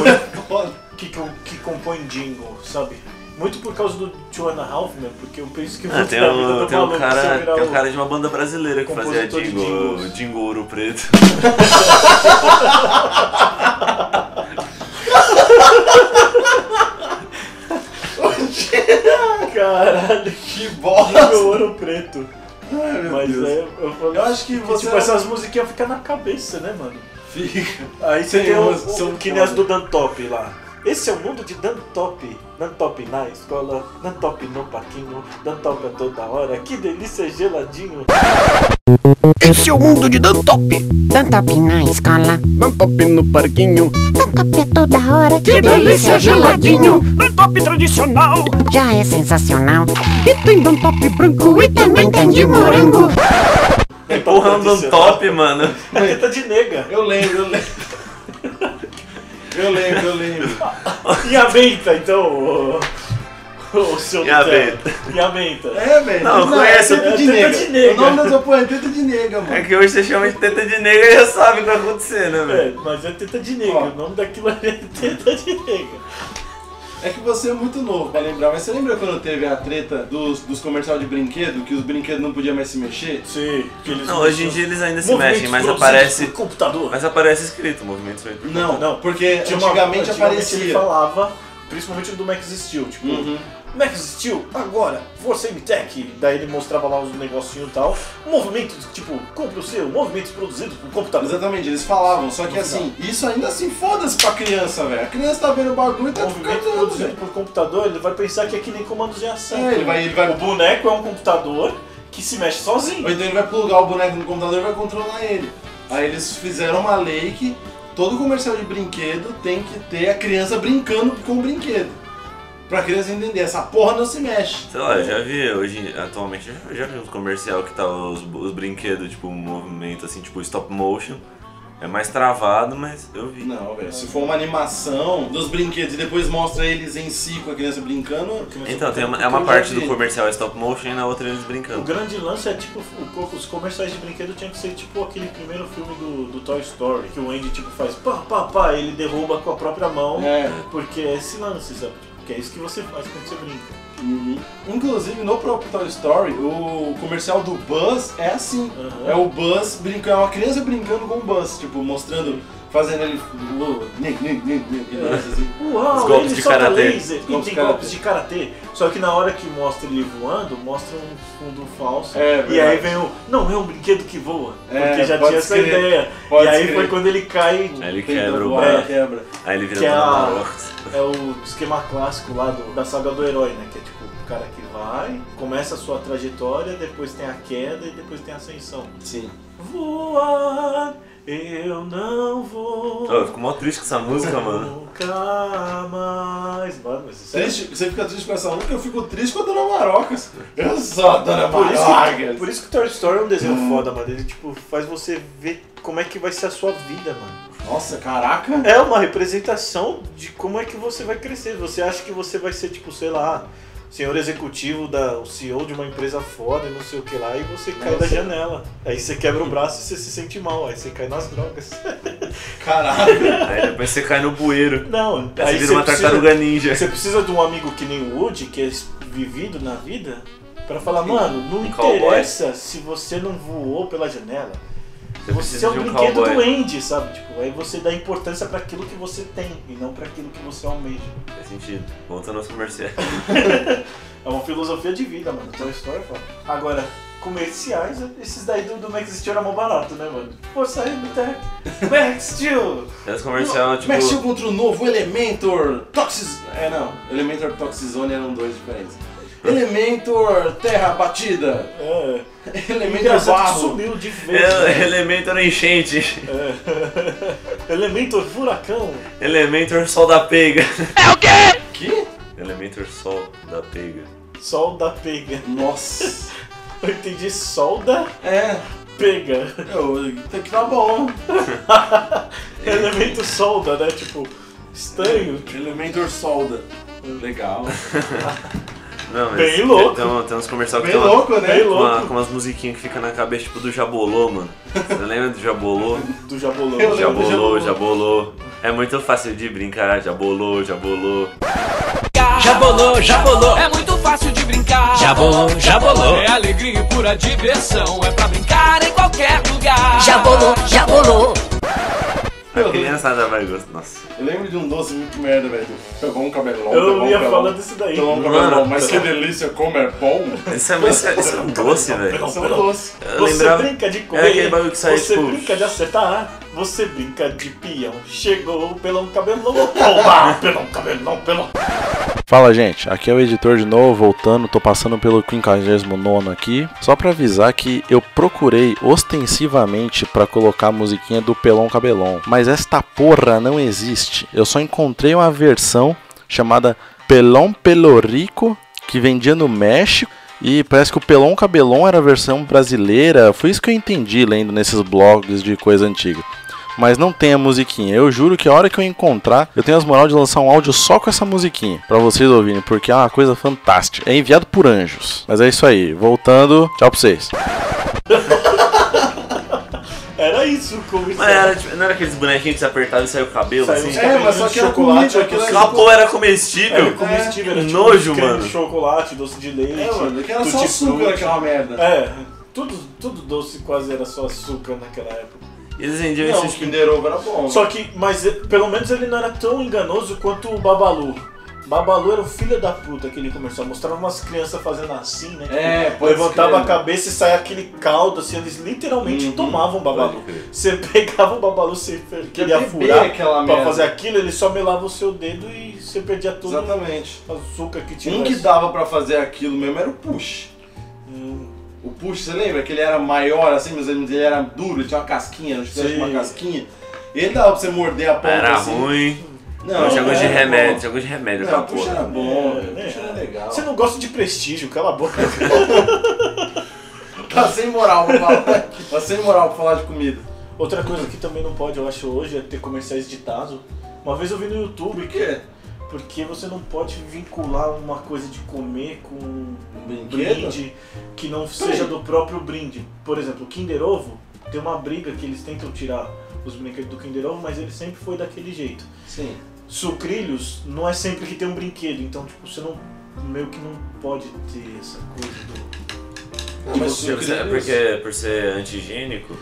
Speaker 2: que, com- que compõem jingle, sabe? Muito por causa do Joanna Halfman, porque eu penso que
Speaker 1: Ah,
Speaker 2: mudar
Speaker 1: tem
Speaker 2: a vida
Speaker 1: um,
Speaker 2: do
Speaker 1: tem um
Speaker 2: maluco se eu
Speaker 1: cara,
Speaker 2: virar
Speaker 1: tem um
Speaker 2: o-
Speaker 1: cara de uma banda brasileira que fazia
Speaker 2: compositor de
Speaker 1: jingle,
Speaker 2: jingles.
Speaker 1: jingle ouro preto.
Speaker 2: Caralho,
Speaker 3: Que bola.
Speaker 2: jingle ouro preto. Mas
Speaker 3: Deus.
Speaker 2: é, eu falei.
Speaker 3: Eu acho que
Speaker 2: que,
Speaker 3: você é um-
Speaker 2: tipo, essas musiquinhas ficam na cabeça, né, mano?
Speaker 3: fica.
Speaker 2: Aí você
Speaker 3: Sim,
Speaker 2: tem o,
Speaker 3: são
Speaker 2: são que nem as do Dantop lá. Esse é o mundo de Dantop. Dantop na escola, Dantop no parquinho, Dantop a toda hora. Que delícia geladinho.
Speaker 9: Esse é o mundo de Dantop.
Speaker 6: Dantop na escola,
Speaker 9: Dantop no parquinho.
Speaker 6: Dantop é toda hora, que delícia geladinho.
Speaker 9: Dantop tradicional.
Speaker 6: Já é sensacional,
Speaker 9: E tem Dantop branco e
Speaker 6: também tem de morango.
Speaker 1: Porra, um top, mano.
Speaker 2: É
Speaker 1: tá
Speaker 2: teta de nega.
Speaker 3: Eu lembro, eu lembro. Eu lembro, eu lembro.
Speaker 2: E a menta, então, ô- ô, ô, seu
Speaker 1: E a
Speaker 2: Nutella.
Speaker 1: menta.
Speaker 2: E a menta.
Speaker 3: É, velho.
Speaker 1: Não, conhece,
Speaker 3: é teta
Speaker 2: é
Speaker 3: de
Speaker 2: teta
Speaker 3: nega.
Speaker 2: de nega.
Speaker 3: O nome dessa porra é teta de nega,
Speaker 1: É
Speaker 3: mano.
Speaker 1: que hoje você chama de teta de nega e já sabe o que vai acontecer, né,
Speaker 2: É,
Speaker 1: velho?
Speaker 2: mas é teta de nega.
Speaker 3: Ó.
Speaker 2: O nome daquilo ali é teta de nega.
Speaker 3: É que você é muito novo pra lembrar, mas você lembra quando teve a treta dos, dos comercial de brinquedo, que os brinquedos não podiam mais se mexer?
Speaker 2: Sim, que eles
Speaker 1: Não, hoje em dia eles ainda se mexem, mas aparece,
Speaker 2: computador.
Speaker 1: mas aparece escrito movimentos feitos.
Speaker 3: Não,
Speaker 2: Não,
Speaker 3: porque
Speaker 2: Tinha
Speaker 3: antigamente,
Speaker 2: uma- Ele
Speaker 3: aparecia. Uhum.
Speaker 2: falava, principalmente do Max Steel, tipo, Max Steel, agora, força MTech. Daí ele mostrava lá os negocinhos e tal. Movimentos, tipo, compre o seu, movimentos produzidos por computador.
Speaker 3: Exatamente, eles falavam, só que
Speaker 2: Não.
Speaker 3: assim, isso ainda assim, foda-se pra criança, velho. A criança tá vendo o bagulho e tá
Speaker 2: movimento
Speaker 3: ficando doido,
Speaker 2: produzido
Speaker 3: velho.
Speaker 2: por computador, ele vai pensar que é que nem comandos de ação.
Speaker 3: É, ele vai- ele vai-
Speaker 2: O boneco é um computador que se mexe
Speaker 3: Ou
Speaker 2: sozinho.
Speaker 3: então ele vai plugar o boneco no computador e vai controlar ele. Aí eles fizeram uma lei que todo comercial de brinquedo tem que ter a criança brincando com o brinquedo. pra criança entender. Essa porra não se mexe.
Speaker 1: Sei lá, eu já vi hoje, em- atualmente, eu já, já vi uns comercial que tá os, os brinquedos, tipo, um movimento assim, tipo stop motion. É mais travado, mas eu vi.
Speaker 3: Não, velho. Se for uma animação dos brinquedos e depois mostra eles em si com a criança brincando.
Speaker 1: Então, tem uma, é
Speaker 3: eu
Speaker 1: uma
Speaker 3: já
Speaker 1: parte
Speaker 3: vi.
Speaker 1: do comercial stop motion e na outra eles
Speaker 2: O
Speaker 1: brincando.
Speaker 2: grande lance é tipo, o co- os comerciais de brinquedo tinham que ser tipo aquele primeiro filme do, do Toy Story, que o Andy tipo faz pá pá pá, e ele derruba com a própria mão,
Speaker 3: É.
Speaker 2: porque é esse lance, sabe? Porque é isso que você faz quando você brinca.
Speaker 3: Uhum. Inclusive, no próprio Toy Story, o comercial do Buzz é assim.
Speaker 2: Uhum.
Speaker 3: É o Buzz brincando, é uma criança brincando com o Buzz, tipo, mostrando, fazendo ele... Nic, nic, nic, nic, e
Speaker 2: É.
Speaker 3: dança assim.
Speaker 1: Os
Speaker 2: Uhum. Uau,
Speaker 1: golpes
Speaker 2: ele
Speaker 1: de
Speaker 2: solta
Speaker 1: karatê.
Speaker 2: laser e
Speaker 3: Golpes
Speaker 2: tem
Speaker 3: de
Speaker 2: golpes de karatê. Só que na hora que mostra ele voando, mostra um fundo falso.
Speaker 3: É,
Speaker 2: e aí
Speaker 3: verdade.
Speaker 2: vem o. Não, é um brinquedo que voa.
Speaker 3: É,
Speaker 2: porque já
Speaker 3: pode
Speaker 2: tinha essa
Speaker 3: crer,
Speaker 2: ideia.
Speaker 3: pode
Speaker 2: e aí
Speaker 3: crer.
Speaker 2: foi quando ele cai.
Speaker 1: Aí ele
Speaker 3: Tem
Speaker 1: quebra
Speaker 3: do-
Speaker 1: o
Speaker 3: é,
Speaker 1: bar,
Speaker 3: quebra.
Speaker 1: aí ele vira
Speaker 2: Que é a-
Speaker 1: todo maluco.
Speaker 2: É o esquema clássico lá do- da saga do herói, né? Que é tipo o cara que vai, começa a sua trajetória, depois tem a queda e depois tem a ascensão.
Speaker 3: Sim.
Speaker 2: Voar, eu não vou.
Speaker 1: Ô, eu fico mó triste com essa música, mano.
Speaker 2: Nunca mais. Mano, mas isso é-
Speaker 3: Triste, você fica triste com essa música, eu fico triste com a Dona Marocas. Eu sou a Dona
Speaker 2: Por isso, que,
Speaker 3: Marocas.
Speaker 2: por isso que Toy Story é um desenho
Speaker 3: Hum.
Speaker 2: foda, mano. Ele, tipo, faz você ver como é que vai ser a sua vida, mano.
Speaker 3: Nossa, caraca.
Speaker 2: É uma representação de como é que você vai crescer. Você acha que você vai ser, tipo, sei lá, senhor executivo, da, o CEO de uma empresa foda e não sei o que lá, e você cai
Speaker 3: Nossa.
Speaker 2: da janela. Aí você quebra o braço e você se sente mal, aí você cai nas drogas.
Speaker 3: Caralho.
Speaker 2: tipo-
Speaker 1: Aí depois você cai no bueiro.
Speaker 2: Não,
Speaker 1: Aí você
Speaker 2: aí
Speaker 1: vira uma
Speaker 2: precisa-
Speaker 1: tartaruga ninja.
Speaker 2: Você precisa de um amigo que nem o Woody, que é vivido na vida, pra falar, mano, não
Speaker 1: Um cowboy.
Speaker 2: interessa se você não voou pela janela.
Speaker 1: Você
Speaker 2: Você
Speaker 1: precisa
Speaker 2: é um
Speaker 1: de um
Speaker 2: brinquedo
Speaker 1: cowboy.
Speaker 2: doente, sabe? Tipo, aí você dá importância pra aquilo que você tem e não pra aquilo que você almeja.
Speaker 1: Faz sentido. Voltando aos comerciais.
Speaker 2: É uma filosofia de vida, mano. Toy Story, foda. Agora, comerciais, esses daí do, do Max Steel era mó barato, né, mano? Pô, saiu do teto. Max Steel!
Speaker 1: Esse comercial, tipo.
Speaker 3: Mas tipo... contra o novo Elementor Toxis... É, não. Elementor Toxizone eram dois diferentes. Elementor Terra Batida.
Speaker 2: É,
Speaker 3: Elementor
Speaker 2: engraçado que
Speaker 3: Barro.
Speaker 2: sumiu de vez.
Speaker 1: Ele-
Speaker 2: né?
Speaker 1: Elementor é enchente.
Speaker 2: É. Elemento furacão.
Speaker 1: Elementor sol da pega.
Speaker 3: Que?
Speaker 1: Elementor sol da pega.
Speaker 2: Sol da pega.
Speaker 3: Nossa.
Speaker 2: Eu entendi sol da
Speaker 3: É,
Speaker 2: pega.
Speaker 3: eu, tem que tá bom.
Speaker 1: É.
Speaker 2: Elemento solda, né? Tipo, estranho.
Speaker 3: Elementor Solda. Legal.
Speaker 1: Não, mas
Speaker 2: Bem
Speaker 1: tem-
Speaker 2: louco.
Speaker 1: Tem, um- tem uns comercial que
Speaker 3: Bem
Speaker 1: tem uma-
Speaker 3: louco, né?
Speaker 2: Bem
Speaker 1: com,
Speaker 2: louco.
Speaker 1: uma- com umas musiquinhas que fica na cabeça, tipo do Jabolô, mano. Você lembra do Jabolô?
Speaker 2: Do jabolão.
Speaker 3: Eu lembro.
Speaker 1: Jabolô,
Speaker 3: Jabolô.
Speaker 1: Jabolô. É muito fácil de brincar, Jabolô, Jabolô.
Speaker 9: Já bolou, já bolou, é muito fácil de brincar. Já bolou, já bolou, é alegria e pura diversão, é pra brincar em qualquer lugar. Já bolou, já bolou.
Speaker 1: A criançada vai gostar. Nossa.
Speaker 3: Eu lembro de um doce muito merda, velho. Pegou um
Speaker 1: Tá
Speaker 3: cabelão.
Speaker 2: Eu
Speaker 3: pegou um
Speaker 2: ia
Speaker 3: cabelão,
Speaker 2: falar desse daí.
Speaker 3: Pegou um
Speaker 1: Mano,
Speaker 3: cabelão, mas que delícia, como é bom.
Speaker 1: Isso é, isso é- isso é um doce, velho.
Speaker 3: Isso é um doce.
Speaker 1: Eu
Speaker 2: Você
Speaker 1: lembrava.
Speaker 2: brinca de
Speaker 1: Era aquele
Speaker 2: comer,
Speaker 1: bagulho que sai,
Speaker 2: você
Speaker 1: tipo-
Speaker 2: brinca de acertar, você brinca de peão. Chegou pelão cabelão, toma, pelão cabelão, pelão.
Speaker 4: Fala gente, aqui é o editor de novo, voltando, tô passando pelo 59 aqui, só pra avisar que eu procurei ostensivamente pra colocar a musiquinha do Pelão Cabelão, mas esta porra não existe. Eu só encontrei uma versão chamada Pelão Pelorico que vendia no México e parece que o Pelão Cabelão era a versão brasileira. Foi isso que eu entendi lendo nesses blogs de coisa antiga. Mas não tem a musiquinha. Eu juro que a hora que eu encontrar, eu tenho as moral de lançar um áudio só com essa musiquinha pra vocês ouvirem, porque é uma coisa fantástica. É enviado por anjos. Mas é isso aí. Voltando, tchau pra vocês.
Speaker 2: Era isso o
Speaker 1: Mas era,
Speaker 2: comercial.
Speaker 1: tipo, não era aqueles bonequinhos que você apertava e saiu o cabelo,
Speaker 2: Saiu um-
Speaker 1: assim?
Speaker 2: uns
Speaker 3: É, mas só que era comida, aquilo
Speaker 2: né?
Speaker 1: Aquela
Speaker 3: era...
Speaker 1: porra era comestível.
Speaker 2: comestível,
Speaker 1: É,
Speaker 2: era
Speaker 1: que
Speaker 2: tipo
Speaker 1: nojo,
Speaker 2: creme
Speaker 1: mano.
Speaker 2: de chocolate, doce de leite.
Speaker 3: É, mano, que era só
Speaker 2: tutti-frutti.
Speaker 3: açúcar aquela merda.
Speaker 2: É, tudo, tudo doce quase era só açúcar naquela época.
Speaker 1: E Eles vendiam
Speaker 3: Não,
Speaker 1: esses tipo,
Speaker 3: o Kinder Ovo era bom.
Speaker 2: Só que, mas eh, pelo menos ele não era tão enganoso quanto o Babalu. Babalu era o filho da puta que ele comercial. Mostrava umas crianças fazendo assim, né?
Speaker 3: É,
Speaker 2: Tipo,
Speaker 3: pode
Speaker 2: levantava
Speaker 3: crer.
Speaker 2: a cabeça e saia aquele caldo, assim, eles literalmente
Speaker 3: Uhum.
Speaker 2: tomavam o babalu. Você pegava o babalu, você fe- queria
Speaker 3: beber
Speaker 2: furar
Speaker 3: aquela
Speaker 2: pra
Speaker 3: merda.
Speaker 2: fazer aquilo, ele só melava o seu dedo e você perdia todo
Speaker 3: Exatamente.
Speaker 2: o açúcar que tinha.
Speaker 3: Um que dava pra fazer aquilo mesmo era o Push. O Push, você lembra? Que ele era maior assim, mas ele ele era duro, ele tinha uma casquinha, não tinha
Speaker 2: Sim.
Speaker 3: uma casquinha. Ele dava pra você morder a ponta
Speaker 1: Era
Speaker 3: assim.
Speaker 1: ruim.
Speaker 3: Não,
Speaker 1: Mas jogou de
Speaker 3: é,
Speaker 1: remédio, jogou de remédio pra
Speaker 3: Não, puxa
Speaker 1: porra.
Speaker 3: era bom,
Speaker 2: É,
Speaker 3: velho,
Speaker 2: né?
Speaker 3: puxa era legal.
Speaker 2: Você não gosta de prestígio, cala a boca.
Speaker 3: Tá sem moral pra falar. tá sem moral pra falar de comida.
Speaker 2: Outra coisa que também não pode, eu acho, hoje é ter comerciais ditados. Uma vez eu vi no YouTube
Speaker 3: Por
Speaker 2: que
Speaker 3: quê?
Speaker 2: porque você não pode vincular uma coisa de comer com um
Speaker 3: Um brinquedo?
Speaker 2: brinde que não seja do próprio brinde. Por exemplo, o Kinder Ovo tem uma briga que eles tentam tirar os brinquedos do Kinder Ovo, mas ele sempre foi daquele jeito.
Speaker 3: Sim.
Speaker 2: Sucrilhos não é sempre que tem um brinquedo, então tipo, você não meio que não pode ter essa coisa do
Speaker 3: Não, mas
Speaker 1: Porque,
Speaker 3: sucrilhos-
Speaker 1: porque por ser antigênico,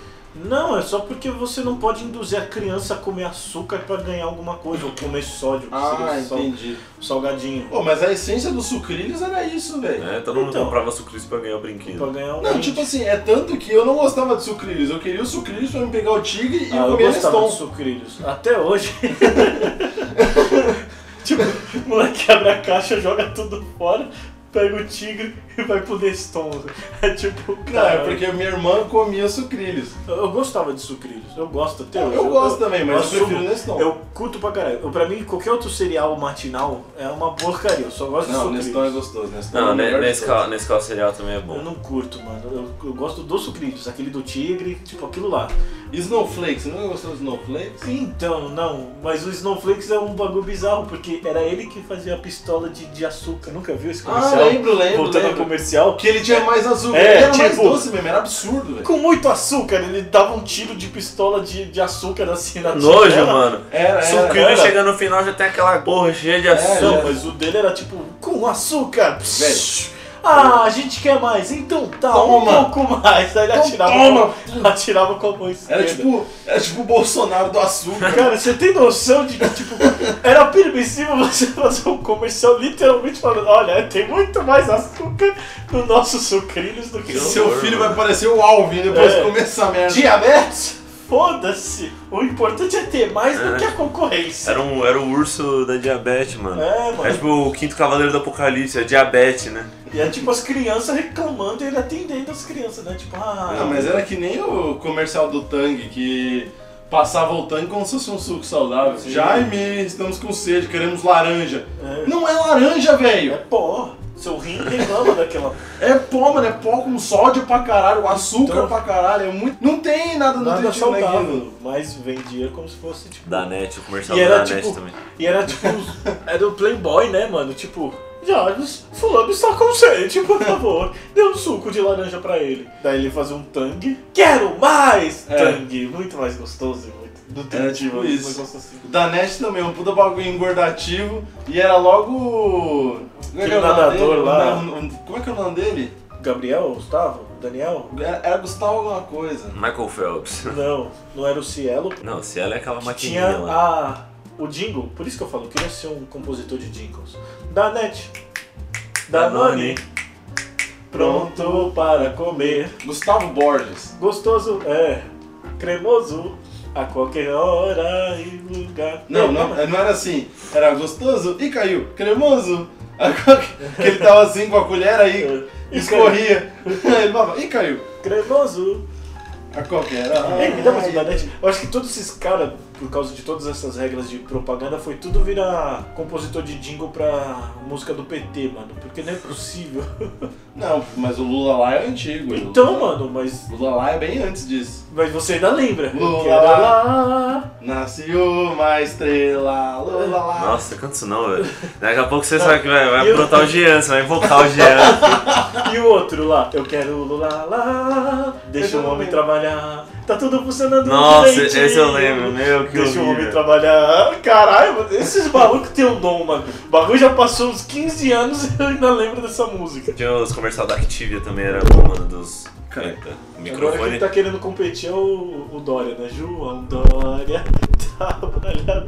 Speaker 2: não, é só porque você não pode induzir a criança a comer açúcar pra ganhar alguma coisa, ou comer sódio, que
Speaker 3: Ah,
Speaker 2: seria sal-
Speaker 3: entendi.
Speaker 2: salgadinho.
Speaker 3: Pô, mas a essência dos sucrilhos era isso, velho.
Speaker 1: né? Todo mundo
Speaker 2: Então.
Speaker 1: comprava sucrilhos pra ganhar o
Speaker 2: Pra
Speaker 1: brinquedo.
Speaker 2: ganhar um
Speaker 3: Não,
Speaker 2: brinde.
Speaker 3: tipo assim, é tanto que eu não gostava de sucrilhos. Eu queria os sucrilhos pra me pegar o tigre e
Speaker 2: Ah,
Speaker 3: eu
Speaker 2: eu
Speaker 3: comer
Speaker 2: gostava de
Speaker 3: Neston.
Speaker 2: sucrilhos. Até hoje. tipo, o moleque abre a caixa, joga tudo fora, pega o tigre e vai pro Neston. É tipo,
Speaker 3: Não, é
Speaker 2: cara,
Speaker 3: porque minha irmã comia sucrilhos.
Speaker 2: eu gostava de sucrilhos. Eu gosto até
Speaker 3: Eu,
Speaker 2: hoje.
Speaker 3: gosto também, mas eu,
Speaker 2: assumo.
Speaker 3: prefiro Neston.
Speaker 2: Eu curto pra caralho. Eu, pra mim, qualquer outro cereal matinal é uma porcaria. Eu só gosto
Speaker 3: Não,
Speaker 2: de
Speaker 3: Neston é
Speaker 2: sucrilhos.
Speaker 3: gostoso. Neston é
Speaker 2: então,
Speaker 1: Não, né, ne-
Speaker 3: o melhor de
Speaker 1: nesse
Speaker 3: todos.
Speaker 1: cal, nesse cal cereal também é
Speaker 2: Eu
Speaker 1: bom.
Speaker 2: não curto, mano. Eu, eu gosto dos sucrilhos, aquele do tigre, tipo aquilo lá.
Speaker 3: E Snowflakes, você nunca gostou de Snowflakes?
Speaker 2: Então, não, mas o Snowflakes é um bagulho bizarro, porque era ele que fazia a pistola de, de açúcar. Nunca viu esse
Speaker 3: Ah,
Speaker 2: comercial?
Speaker 3: lembro, lembro,
Speaker 2: Voltando ao
Speaker 3: lembro.
Speaker 2: comercial.
Speaker 3: Que ele tinha mais açúcar,
Speaker 2: É,
Speaker 3: ele era mais
Speaker 2: tipo-
Speaker 3: doce mesmo, era absurdo, velho.
Speaker 2: Com muito açúcar, ele dava um tiro de pistola de, de açúcar assim na
Speaker 1: Nojo,
Speaker 2: tigela.
Speaker 1: mano.
Speaker 3: Era, era.
Speaker 1: Sucrilho
Speaker 2: era. É,
Speaker 1: chegando no final já tem aquela porra cheia de
Speaker 3: já
Speaker 2: Não,
Speaker 1: açúcar.
Speaker 3: era.
Speaker 2: mas o dele era tipo, com açúcar. Ah, a gente quer mais, então tá,
Speaker 3: Toma. Então
Speaker 2: um pouco mais. Aí ele atirava,
Speaker 3: toma.
Speaker 2: Com, atirava com a mão esquerda.
Speaker 3: Era tipo, era tipo o Bolsonaro do açúcar.
Speaker 2: Cara, você tem noção de que, tipo, era permissível você fazer um comercial literalmente falando: olha, tem muito mais açúcar no nosso sucrilhos do que no
Speaker 1: Seu
Speaker 3: Seu
Speaker 1: horror,
Speaker 3: filho
Speaker 1: mano.
Speaker 3: vai parecer o Alvin depois
Speaker 2: É.
Speaker 3: que começa essa merda.
Speaker 2: diabetes. Foda-se! O importante é ter mais do
Speaker 1: É.
Speaker 2: que a concorrência.
Speaker 1: Era, um, era o urso da diabetes, mano.
Speaker 2: É, mano.
Speaker 1: É tipo o quinto cavaleiro do apocalipse, é diabetes, né?
Speaker 2: E é tipo as crianças reclamando e ele atendendo as crianças, né? Tipo, ah.
Speaker 3: Não, mas era que nem o comercial do Tang, que passava o Tang como se fosse um suco saudável.
Speaker 2: Sim.
Speaker 3: Jaime, estamos com sede, queremos laranja.
Speaker 2: É,
Speaker 3: Não é laranja,
Speaker 2: é
Speaker 3: velho!
Speaker 2: pó. Seu rim reclama daquela.
Speaker 3: É pó, mano, é pó com sódio pra caralho, açúcar
Speaker 2: Então-
Speaker 3: pra caralho, é muito... Não tem nada
Speaker 2: Nada
Speaker 3: nutritivo né, naquilo.
Speaker 2: saudável. Mas vendia como se fosse, tipo.
Speaker 1: Da NET, o comercial
Speaker 2: E
Speaker 1: da
Speaker 2: era,
Speaker 1: NET
Speaker 2: tipo,
Speaker 1: também.
Speaker 2: E era tipo. era o Playboy, né, mano? Tipo, Jarvis, fulano está com sede, por favor. Dê um suco de laranja pra ele. Daí ele fazia um tangue. Quero mais
Speaker 3: É.
Speaker 2: tangue! Muito mais gostoso, muito nutritivo.
Speaker 3: Era tipo
Speaker 2: muito
Speaker 3: isso.
Speaker 2: mais gostoso.
Speaker 3: O Danete também, um puta bagulho engordativo, e era logo... Como é que é o nome
Speaker 2: um nadador
Speaker 3: dele?
Speaker 2: lá.
Speaker 3: Não, não, Como é que é o nome dele?
Speaker 2: Gabriel, Gustavo, Daniel?
Speaker 3: Era, era Gustavo alguma coisa.
Speaker 1: Michael Phelps.
Speaker 2: Não, não era o Cielo.
Speaker 1: Não, se ela é aquela
Speaker 2: que
Speaker 1: maquininha
Speaker 2: Tinha
Speaker 1: lá.
Speaker 2: a, o jingle, por isso que eu falo, eu queria ser um compositor de jingles. Danete, Danone, pronto para comer.
Speaker 3: Gustavo Borges.
Speaker 2: Gostoso é cremoso a qualquer hora e lugar. É,
Speaker 3: Não, não, não era assim. Era gostoso e caiu. Cremoso. Que ele tava assim com a colher aí,
Speaker 2: E
Speaker 3: escorria. Ele falava, e caiu.
Speaker 2: Cremoso.
Speaker 3: A qualquer hora.
Speaker 2: É, me dá mais um Danete. Eu acho que todos esses caras, por causa de todas essas regras de propaganda, foi tudo virar compositor de jingle pra música do PT, mano. Porque não é possível.
Speaker 3: Não, mas o Lula lá é antigo.
Speaker 2: Então,
Speaker 3: O Lula-
Speaker 2: mano, mas,
Speaker 3: O Lula lá é bem antes disso.
Speaker 2: mas você ainda lembra.
Speaker 3: Lula.
Speaker 2: Que era lá.
Speaker 3: Nasce uma estrela, Lula lá.
Speaker 1: Nossa, canto isso não, velho. Daqui a pouco você sabe que vai, vai
Speaker 2: eu-
Speaker 1: aprontar o Jean, você vai invocar o Jean.
Speaker 2: E o outro lá, eu quero lula lá, deixa o homem trabalhar, tá tudo funcionando
Speaker 1: Nossa,
Speaker 2: direitinho.
Speaker 1: esse eu lembro, meu, que
Speaker 2: Deixa o homem
Speaker 1: horrível.
Speaker 2: trabalhar. Caralho, mano, esses malucos têm um dom, mano. O bagulho já passou uns 15 anos e eu ainda lembro dessa música.
Speaker 1: Tinha os comercial da Activia também, era bom, mano, dos...
Speaker 3: Cara,
Speaker 1: Eita, o
Speaker 2: Agora
Speaker 1: microfone.
Speaker 2: quem tá querendo competir é o, o Dória, né? João Dória, trabalhador.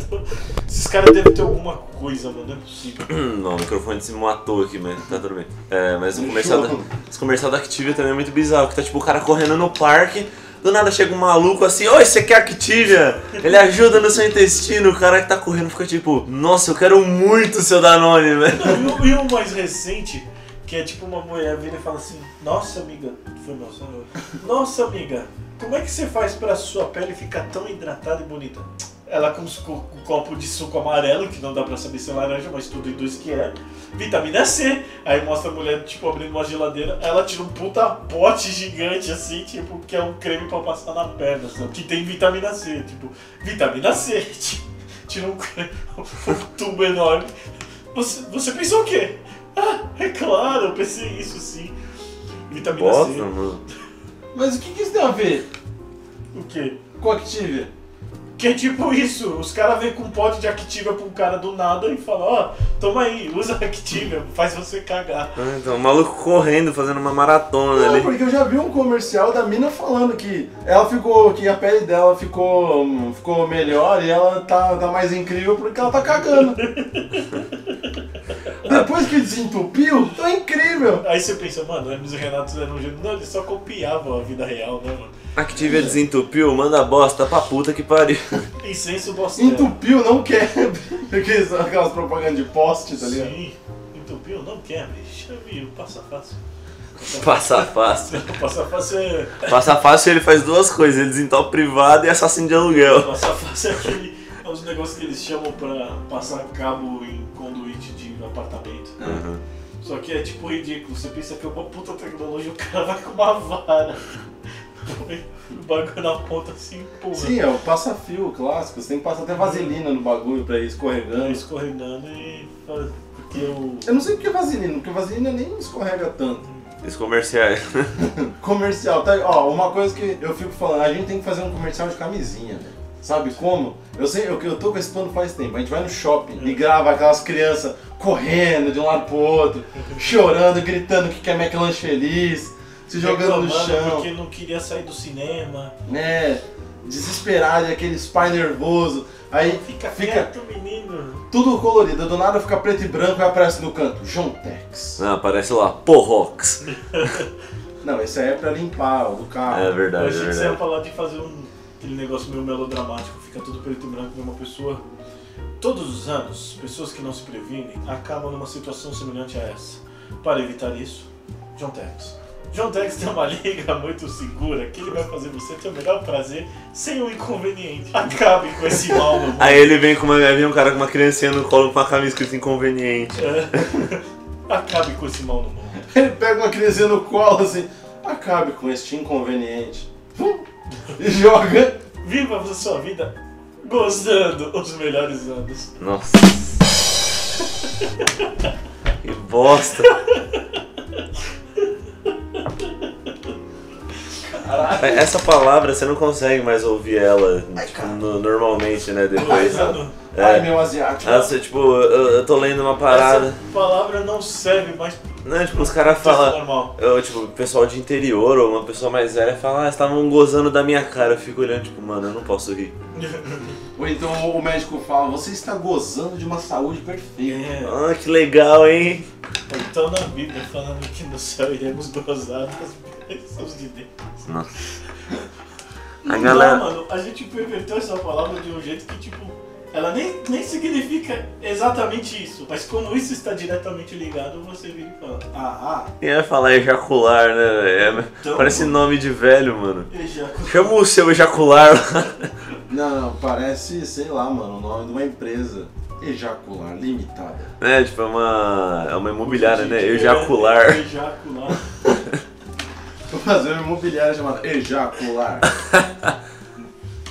Speaker 2: Esses caras devem ter alguma coisa, mano, não é possível.
Speaker 1: Não, o microfone se matou aqui, mas tá tudo bem. É, mas o comercial, da, os comercial da Activia também é muito bizarro, que tá tipo o cara correndo no parque, do nada chega um maluco assim, oi, você quer Activia? Ele ajuda no seu intestino, o cara que tá correndo fica tipo, nossa, eu quero muito o seu Danone, velho.
Speaker 2: Não, E o, e o mais recente, que é tipo uma mulher vira e fala assim, nossa amiga, foi meu sonho. Nossa amiga, como é que você faz pra sua pele ficar tão hidratada e bonita? Ela com su- com um copo de suco amarelo, que não dá pra saber se é laranja, mas tudo induz que é. Vitamina C. Aí mostra a mulher, tipo, abrindo uma geladeira. Ela tira um puta pote gigante, assim, tipo, que é um creme pra passar na perna, sabe? Que tem vitamina C. Tipo, vitamina C. Tira um, creme, um tubo enorme. Você, você pensou o quê? Ah, é claro, eu pensei isso sim. Vitamina
Speaker 1: Bosta,
Speaker 2: C.
Speaker 1: mano.
Speaker 3: Mas o que, que isso tem a ver
Speaker 2: O quê?
Speaker 3: com Activia?
Speaker 2: Que é tipo isso, os caras vêm com um pote de Activia pra um cara do nada e falam, ó, toma aí, usa Activia, faz você cagar.
Speaker 1: Ah, Então, o maluco correndo, fazendo uma maratona
Speaker 3: Não,
Speaker 1: ali.
Speaker 3: porque eu já vi um comercial da mina falando que ela ficou. que a pele dela ficou. hum, ficou melhor e ela tá, tá mais incrível porque ela tá cagando. Depois que desentupiu, tá incrível.
Speaker 2: Aí você pensa, mano, o Hermes e o Renato eram um gênio. Não, eles só copiavam a vida real, né, mano?
Speaker 1: Activia desentupiu, manda bosta pra puta que pariu.
Speaker 2: Incenso bostelo.
Speaker 3: Entupiu, não quer. Porque são aquelas propagandas de poste, tá ligado?
Speaker 2: Sim, entupiu, não quer, bicho. Chame o passa fácil.
Speaker 1: Passa fácil.
Speaker 2: Passa fácil é.
Speaker 1: Passa fácil ele faz duas coisas, ele desentope privado e assassino de aluguel.
Speaker 2: Passa fácil é aquele. É os negócios que eles chamam pra passar cabo em conduíte de apartamento. Só que é tipo ridículo, você pensa que é uma puta tecnologia, o cara vai com uma vara. Põe O bagulho na ponta assim, pô.
Speaker 3: Sim, é o passa-fio clássico. Você tem que passar até vaselina no bagulho pra ir escorregando.
Speaker 2: Tá Escorregando e. faz- Porque o.
Speaker 3: Eu não sei porque é vaselina, porque vaselina nem escorrega tanto.
Speaker 1: Os comerciais.
Speaker 3: Comercial, tá? Ó, uma coisa que eu fico falando, a gente tem que fazer um comercial de camisinha, velho. Sabe como? Eu sei, eu, eu tô com esse plano faz tempo. A gente vai no shopping e grava aquelas crianças correndo de um lado pro outro, chorando, gritando que quer McLanche feliz, se jogando no
Speaker 2: reclamando
Speaker 3: chão,
Speaker 2: Porque não queria sair do cinema.
Speaker 3: né? Desesperado, e aqueles pais nervoso. Aí
Speaker 2: Fica,
Speaker 3: fica
Speaker 2: quieto, menino.
Speaker 3: tudo colorido, do nada fica preto e branco e aparece no canto. John Tex.
Speaker 1: Não, aparece lá, porrox.
Speaker 3: Não, esse aí é pra limpar o do carro.
Speaker 1: É
Speaker 2: Eu
Speaker 1: verdade, é
Speaker 2: achei que você ia
Speaker 1: verdade.
Speaker 2: falar de fazer um. aquele negócio meio melodramático, fica tudo preto e branco de uma pessoa. Todos os anos, pessoas que não se previnem acabam numa situação semelhante a essa. Para evitar isso, John Tex. John Tex tem uma liga muito segura que ele vai fazer você ter o melhor prazer sem o inconveniente. Acabe com esse mal, meu
Speaker 1: Aí ele vem com uma. Aí vem um cara com uma criancinha no colo com uma camisa escrita inconveniente.
Speaker 2: mundo. É. Acabe com esse mal no mundo.
Speaker 3: Ele pega uma criança no colo assim, acabe com este inconveniente. Hum, E joga.
Speaker 2: Viva a sua vida gozando os melhores anos.
Speaker 1: Nossa. Que bosta. Essa palavra você não consegue mais ouvir ela tipo, no- normalmente, né? Depois.
Speaker 2: Gozando.
Speaker 1: É.
Speaker 3: Ai meu asiático.
Speaker 1: Ah, você, tipo, eu, eu tô lendo uma parada.
Speaker 2: Essa palavra não serve mais pro
Speaker 1: Não, tipo, os caras
Speaker 2: texto
Speaker 1: falam.
Speaker 2: normal.
Speaker 1: Eu, tipo, pessoal de interior ou uma pessoa mais velha fala, ah, estavam gozando da minha cara. Eu fico olhando, tipo, mano, eu não posso rir.
Speaker 3: Ou então o médico fala, você está gozando de uma saúde perfeita.
Speaker 2: É,
Speaker 1: Ah, que legal, hein?
Speaker 2: então na Bíblia falando que no céu iremos gozar das bênçãos de Deus.
Speaker 1: A
Speaker 2: Não,
Speaker 1: galera.
Speaker 2: mano, a gente perverteu essa palavra de um jeito que, tipo, ela nem, nem significa exatamente isso. Mas como isso está diretamente ligado, você vira e fala, ah,
Speaker 1: Quem vai falar ejacular, né? velho? É,
Speaker 2: Então,
Speaker 1: parece
Speaker 2: mano.
Speaker 1: nome de velho, mano.
Speaker 2: ah, ejaculou.
Speaker 1: Chama o seu ejacular lá.
Speaker 3: Não, não, parece, sei lá, mano, o nome de uma empresa. Ejacular limitada.
Speaker 1: né? Tipo, é uma. É uma imobiliária, né?
Speaker 2: Gente, é,
Speaker 1: Ejacular.
Speaker 2: Ejacular.
Speaker 3: Vou fazer uma imobiliária chamada Ejacular.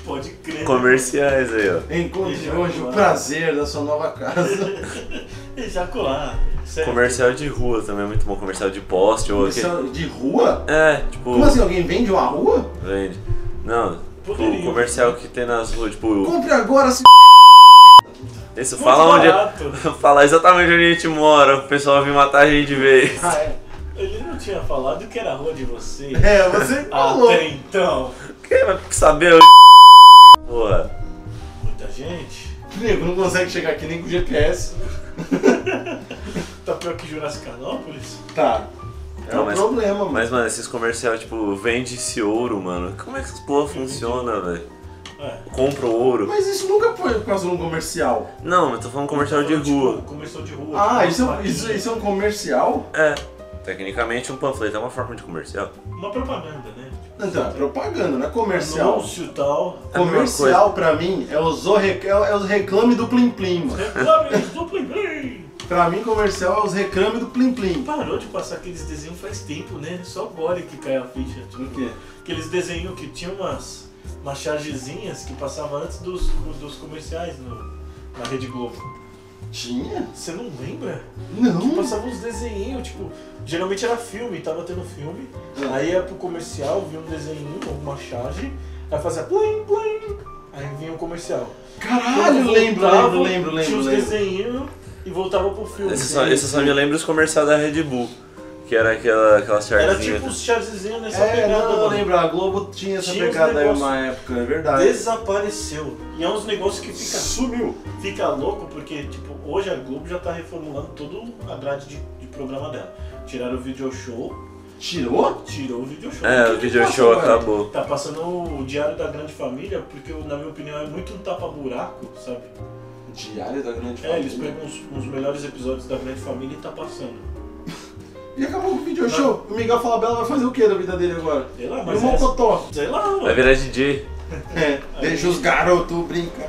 Speaker 2: Pode crer. né?
Speaker 1: Comerciais aí, ó.
Speaker 3: Encontre
Speaker 2: Ejacular.
Speaker 3: hoje o prazer da sua nova casa.
Speaker 2: Ejacular. Certo.
Speaker 1: Comercial de rua também é muito bom. Comercial de poste ou aqui.
Speaker 3: Isso é De rua?
Speaker 1: É, tipo.
Speaker 3: Como assim, alguém vende uma rua?
Speaker 1: Vende. Não,
Speaker 2: Poderia.
Speaker 1: o comercial que tem nas ruas, tipo,
Speaker 3: Compre agora, se...
Speaker 1: isso
Speaker 2: Muito
Speaker 1: fala
Speaker 2: barato.
Speaker 1: onde. é- Fala exatamente onde a gente mora, o pessoal vem matar a gente de vez.
Speaker 3: Ah, é.
Speaker 2: Ele não tinha falado que era a rua de vocês.
Speaker 3: é, você
Speaker 2: Ah,
Speaker 3: falou.
Speaker 2: Até então.
Speaker 1: Quem vai saber onde. Porra.
Speaker 2: Muita gente.
Speaker 3: Nego, não consegue chegar aqui nem com GPS.
Speaker 2: Tá pior que Jurassicanópolis?
Speaker 3: Tá. É
Speaker 1: Não,
Speaker 3: um
Speaker 1: mas-
Speaker 3: problema, mano.
Speaker 1: Mas, mano, esses comercial, tipo, vende esse ouro, mano. Como é que essas porra funciona, velho?
Speaker 2: É.
Speaker 1: Compra o ouro.
Speaker 3: Mas isso nunca foi por causa de um comercial.
Speaker 1: Não, eu tô falando comercial Tá de
Speaker 2: Tipo,
Speaker 1: rua.
Speaker 2: Comercial de rua.
Speaker 3: Ah,
Speaker 2: tipo,
Speaker 3: isso
Speaker 2: uma
Speaker 3: é, isso,
Speaker 2: plaquinha.
Speaker 3: isso é um comercial?
Speaker 2: tipo.
Speaker 1: É. Tecnicamente, um panfleto é uma forma de comercial.
Speaker 2: Uma propaganda, né? Tipo,
Speaker 3: Então, é propaganda, não é comercial.
Speaker 2: Anúncio e tal.
Speaker 1: É a mesma
Speaker 3: Comercial pra mim é os, rec... é é os reclame do Plim Plim, mano.
Speaker 2: Reclames do Plim Plim.
Speaker 3: Pra mim, comercial é os reclame do Plim Plim.
Speaker 2: Parou de passar aqueles desenhos faz tempo, né? Só agora que cai a ficha.
Speaker 3: Por
Speaker 2: Tipo,
Speaker 3: quê?
Speaker 2: aqueles desenhos que tinham umas, umas chargezinhas que passavam antes dos, dos comerciais no, na Rede Globo.
Speaker 3: Tinha?
Speaker 2: Você não lembra?
Speaker 3: Não.
Speaker 2: Passava uns desenhinhos, tipo, geralmente era filme, tava tendo filme, aí ia pro comercial, via um desenhinho, alguma charge, aí fazia plim plim, aí vinha o comercial.
Speaker 3: Caralho,
Speaker 2: Quando
Speaker 3: Ah, lembro,
Speaker 2: voltava,
Speaker 3: lembro, lembro,
Speaker 2: Tinha
Speaker 3: lembro.
Speaker 2: uns
Speaker 3: lembro.
Speaker 2: desenhinhos e voltava pro filme.
Speaker 1: Esse só, esse só me lembra os comerciais da Red Bull, que era aquela, aquela
Speaker 2: Era
Speaker 1: charzinha.
Speaker 2: tipo uns chargezinhos nessa
Speaker 3: É,
Speaker 2: pegada,
Speaker 3: não, eu
Speaker 2: mano.
Speaker 3: lembro, a Globo tinha essa
Speaker 2: Tinha uns
Speaker 3: pegada aí
Speaker 2: negócio-
Speaker 3: uma época, é verdade.
Speaker 2: Desapareceu. E é uns negócios que fica,
Speaker 3: Sumiu.
Speaker 2: fica louco, porque, tipo, hoje a Globo já tá reformulando toda a grade de, de programa dela. Tiraram o video show,
Speaker 3: Tirou?
Speaker 2: tirou o video show.
Speaker 1: É, o
Speaker 3: que
Speaker 1: video
Speaker 3: passa,
Speaker 1: show
Speaker 3: velho?
Speaker 1: acabou.
Speaker 2: Tá passando o Diário da Grande Família, porque na minha opinião é muito um tapa-buraco, sabe?
Speaker 3: Diário da Grande
Speaker 2: É, eles
Speaker 3: Família.
Speaker 2: pegam os, os melhores episódios da Grande Família e tá passando.
Speaker 3: E acabou com o vídeo né? show. O Miguel Falabella vai fazer o que da vida dele agora?
Speaker 2: Sei lá,
Speaker 3: E o
Speaker 2: mas. É,
Speaker 3: Mocotó.
Speaker 2: sei lá,
Speaker 1: Vai
Speaker 2: mano.
Speaker 1: virar DJ.
Speaker 3: É, deixa os garotos brincar.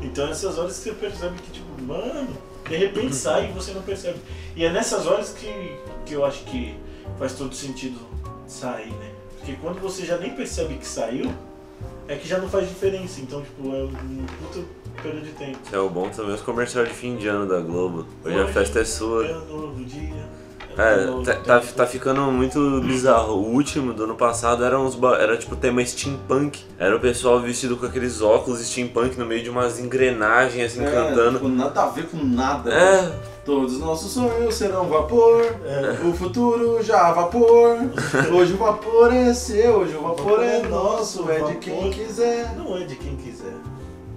Speaker 2: Então essas horas que você percebe que, tipo, mano, de repente sai e você não percebe. E é nessas horas que, que eu acho que faz todo sentido sair, né? Porque quando você já nem percebe que saiu, é que já não faz diferença. Então, tipo, é um puta perda de tempo.
Speaker 1: Que é o bom também, os comerciais de fim de ano da Globo. Hoje a
Speaker 2: Hoje
Speaker 1: festa é sua.
Speaker 2: É um novo dia.
Speaker 1: É,
Speaker 2: um novo
Speaker 1: tá, tá,
Speaker 2: tempo.
Speaker 1: tá ficando muito bizarro. O último do ano passado era uns ba- era tipo tema steampunk. Era o pessoal vestido com aqueles óculos steampunk no meio de umas engrenagens assim
Speaker 3: É,
Speaker 1: cantando.
Speaker 3: tipo, nada a ver com nada.
Speaker 1: É,
Speaker 3: Todos os nossos sonhos serão vapor, É. o futuro já vapor. Hoje o vapor é seu, hoje o vapor é nosso, é de quem quiser.
Speaker 2: Não é de quem quiser.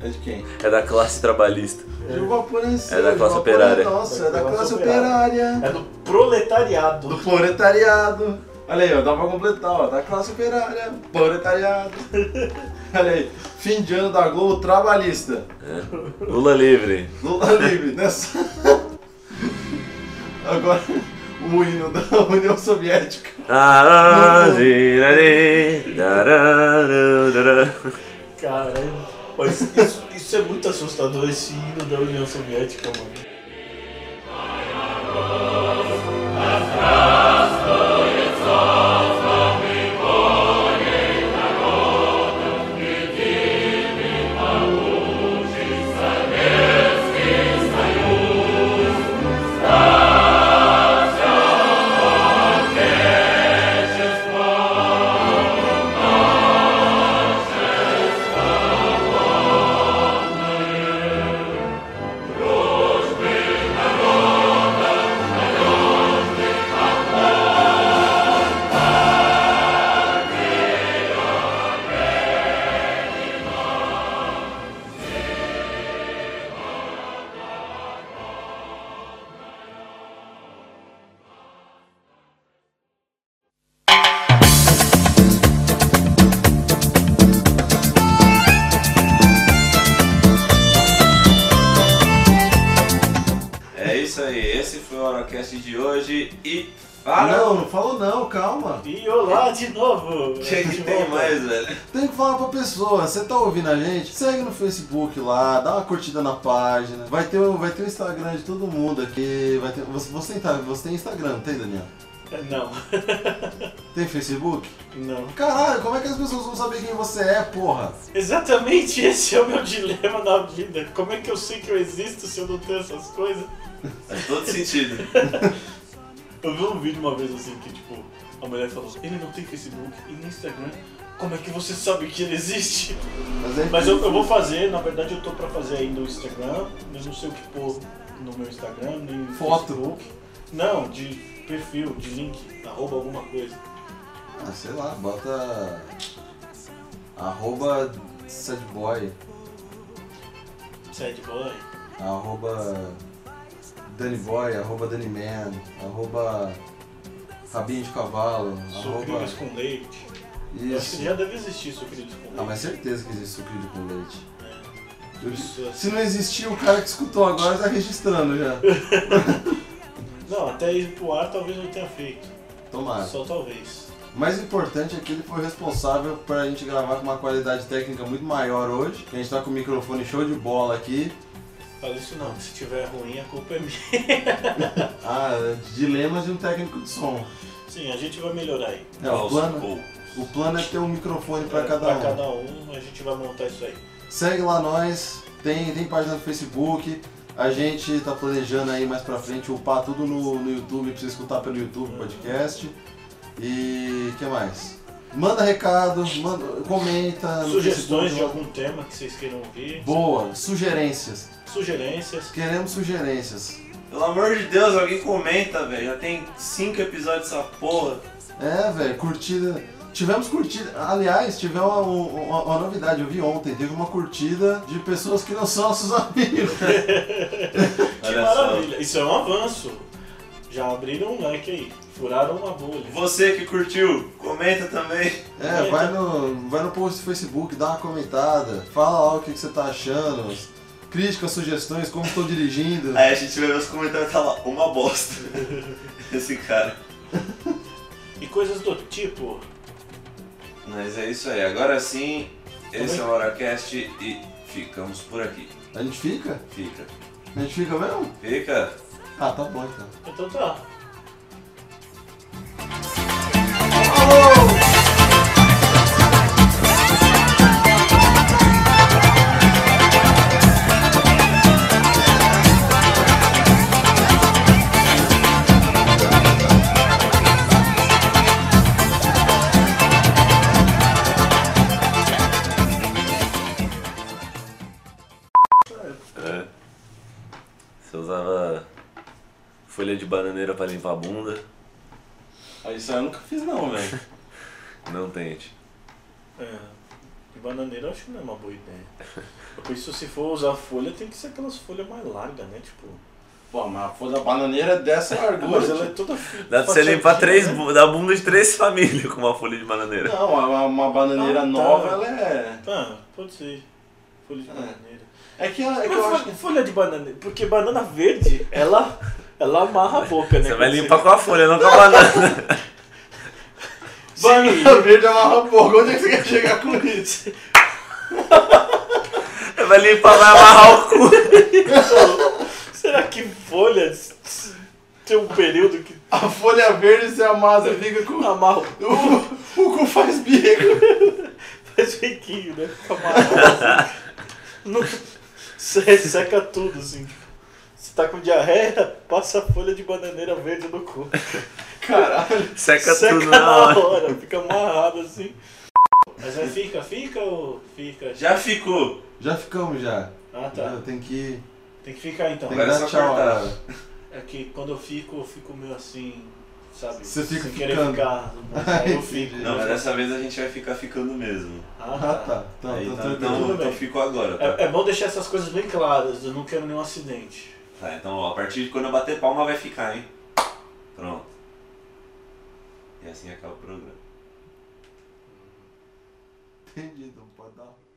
Speaker 3: É de quem?
Speaker 1: é da classe trabalhista.
Speaker 3: Hoje o vapor é seu,
Speaker 1: É da
Speaker 3: hoje o
Speaker 1: classe
Speaker 3: vapor
Speaker 1: operária.
Speaker 3: é nosso, é da classe operária.
Speaker 2: É do proletariado.
Speaker 3: Do proletariado. Olha aí, ó, dá pra completar, ó, da classe operária, proletariado. Olha aí, fim de ano da Globo trabalhista.
Speaker 1: Lula livre.
Speaker 3: Lula livre, nessa. Agora, o hino da União Soviética.
Speaker 1: Ah, zirare, dararão, dararão.
Speaker 2: Caramba. Mas isso, isso é muito assustador, esse hino da União Soviética, mano.
Speaker 1: É isso aí, esse foi o Orocast de hoje e
Speaker 3: Ah,
Speaker 1: fala
Speaker 3: não, não falo não, calma.
Speaker 2: E olá de novo!
Speaker 1: o que, é que
Speaker 2: De
Speaker 1: tem
Speaker 2: volta.
Speaker 1: mais, velho.
Speaker 3: Tem que falar pra pessoa, você tá ouvindo a gente? Segue no Facebook lá, dá uma curtida na página. Vai ter, o- vai ter o Instagram de todo mundo aqui. Vai ter, você, você, tem, tá- você tem Instagram, não tem, Daniel?
Speaker 2: Não,
Speaker 3: Tem Facebook?
Speaker 2: não.
Speaker 3: Caralho, como é que as pessoas vão saber quem você é, porra?
Speaker 2: Exatamente esse é o meu dilema na vida. Como é que eu sei que eu existo se eu não tenho essas coisas?
Speaker 1: Faz todo sentido.
Speaker 2: Eu vi um vídeo uma vez assim que, tipo, a mulher falou: ele não tem Facebook e nem Instagram. Como é que você sabe que ele existe?
Speaker 3: Mas, é,
Speaker 2: Mas eu, eu vou fazer, na verdade eu tô pra fazer ainda o Instagram, mas não sei o que pôr no meu Instagram, nem no
Speaker 3: Foto.
Speaker 2: Facebook. Não, de perfil, de link, arroba alguma coisa.
Speaker 3: Ah, sei lá, bota. Arroba Sadboy.
Speaker 2: Sad boy.
Speaker 3: Arroba Daniboy, arroba Daniman, arroba Rabinho de Cavalo, arroba.
Speaker 2: Sucrilhos com leite. Eu Acho que
Speaker 3: Isso.
Speaker 2: já deve existir sucrilhos com leite.
Speaker 3: Ah, mas certeza que existe sucrilho com leite. Eu disse-
Speaker 2: Isso, assim.
Speaker 3: Se não existir, o cara que escutou agora tá registrando já.
Speaker 2: Não, até ir pro ar talvez eu tenha feito.
Speaker 3: Tomara.
Speaker 2: Só talvez.
Speaker 3: O mais importante é que ele foi responsável pra gente gravar com uma qualidade técnica muito maior hoje. A gente tá com o microfone show de bola aqui.
Speaker 2: Fala isso não, se tiver ruim a culpa é minha.
Speaker 3: Ah, dilemas de um técnico de som.
Speaker 2: Sim, a gente vai melhorar aí.
Speaker 3: É, o plano, o plano é ter um microfone pra
Speaker 2: É,
Speaker 3: cada
Speaker 2: pra
Speaker 3: um. Tá
Speaker 2: cada um, a gente vai montar isso aí.
Speaker 3: Segue lá nós, tem, tem página no Facebook. A gente tá planejando aí mais pra frente upar tudo no, no YouTube, pra você escutar pelo YouTube o podcast. E que mais? Manda recado, manda, comenta. no
Speaker 2: Sugestões
Speaker 3: Facebook.
Speaker 2: de algum tema que vocês queiram ouvir,
Speaker 3: Boa, sugerências.
Speaker 2: sugerências.
Speaker 3: Queremos sugerências.
Speaker 10: Pelo amor de Deus, alguém comenta, velho. Já tem cinco episódios dessa porra.
Speaker 3: É, velho, curtida. Tivemos curtida. Aliás, tivemos uma, um, uma- uma novidade, eu vi ontem, teve uma curtida de pessoas que não são nossos amigos.
Speaker 2: Que maravilha, isso é um avanço. Já abriram um like aí, furaram uma bolha.
Speaker 10: Você que curtiu, comenta também.
Speaker 3: É, vai no, vai no post do Facebook, dá uma comentada, fala lá o que, que você tá achando, críticas, sugestões, como estou dirigindo.
Speaker 10: Aí a gente vai ver os comentários e tá lá, uma bosta. Esse cara.
Speaker 2: E coisas do tipo.
Speaker 10: Mas é isso aí, agora sim, esse é o HoraCast e ficamos por aqui.
Speaker 3: A gente fica?
Speaker 10: Fica.
Speaker 3: A gente fica mesmo?
Speaker 10: Fica.
Speaker 3: Ah, tá bom então.
Speaker 2: Então tá.
Speaker 1: É. Você usava folha de bananeira pra limpar a bunda?
Speaker 3: Aí isso eu nunca fiz não, velho.
Speaker 1: Não tente.
Speaker 2: É. De bananeira eu acho que não é uma boa ideia. Por isso, se for usar folha, tem que ser aquelas folhas mais largas, né? Tipo.
Speaker 3: Pô, mas a folha da bananeira é dessa largura.
Speaker 2: Mas ela é
Speaker 3: tipo.
Speaker 2: toda.
Speaker 1: Ah, Dá pra você
Speaker 2: fatiadinha,
Speaker 1: limpar três,
Speaker 2: né?
Speaker 1: bu- da bunda de três famílias com uma folha de bananeira.
Speaker 3: Não, uma, uma bananeira
Speaker 2: Ah, tá.
Speaker 3: nova, ela é...
Speaker 2: Tá, pode ser. Folha de bananeira.
Speaker 3: É que, ela- é que
Speaker 2: Mas
Speaker 3: eu acho
Speaker 2: fo-
Speaker 3: que...
Speaker 2: folha de banana, porque banana verde, ela, ela amarra a boca, né?
Speaker 1: Você vai limpar com a folha, não com a banana.
Speaker 3: Banana verde amarra pouco, onde é que você quer chegar com isso?
Speaker 1: Você vai limpar, vai amarrar o cu.
Speaker 2: Será que folha s- s- tem um período que
Speaker 3: A folha verde você amassa e fica com...
Speaker 2: amarra o
Speaker 3: O, o cu faz bico.
Speaker 2: faz bequinho, né? Fica amarrado. assim. Não, se- resseca tudo, assim. Se tá com diarreia, passa a folha de bananeira verde no cu.
Speaker 3: Caralho.
Speaker 1: Seca,
Speaker 2: Seca
Speaker 1: tudo na hora.
Speaker 2: fica amarrado assim. Mas aí fica, fica ou fica?
Speaker 10: Já ficou.
Speaker 3: Já ficamos já.
Speaker 2: Ah tá,
Speaker 3: Eu tenho que...
Speaker 2: tem que ficar então.
Speaker 3: Tem que
Speaker 10: Agora é só
Speaker 3: dar tchau
Speaker 10: cortar.
Speaker 3: agora.
Speaker 2: É que quando eu fico, eu fico meio assim, sabe?
Speaker 3: Você fica
Speaker 2: sem querer
Speaker 3: ficando.
Speaker 2: ficar. mas aí eu fico.
Speaker 3: Entendi.
Speaker 10: Não, mas dessa vez a gente vai ficar ficando mesmo.
Speaker 2: Ah,
Speaker 3: Ah
Speaker 2: tá.
Speaker 3: tá, tá,
Speaker 10: Aí,
Speaker 3: tá,
Speaker 10: tá,
Speaker 3: tranquilo.
Speaker 10: então,
Speaker 2: tudo
Speaker 10: então
Speaker 2: bem.
Speaker 10: fico agora, tá?
Speaker 2: É, é bom deixar essas coisas bem claras, eu não quero nenhum acidente.
Speaker 10: Tá, então ó, a partir de quando eu bater palma vai ficar, hein? Pronto. E assim acaba o programa.
Speaker 3: Entendi, então pode dar.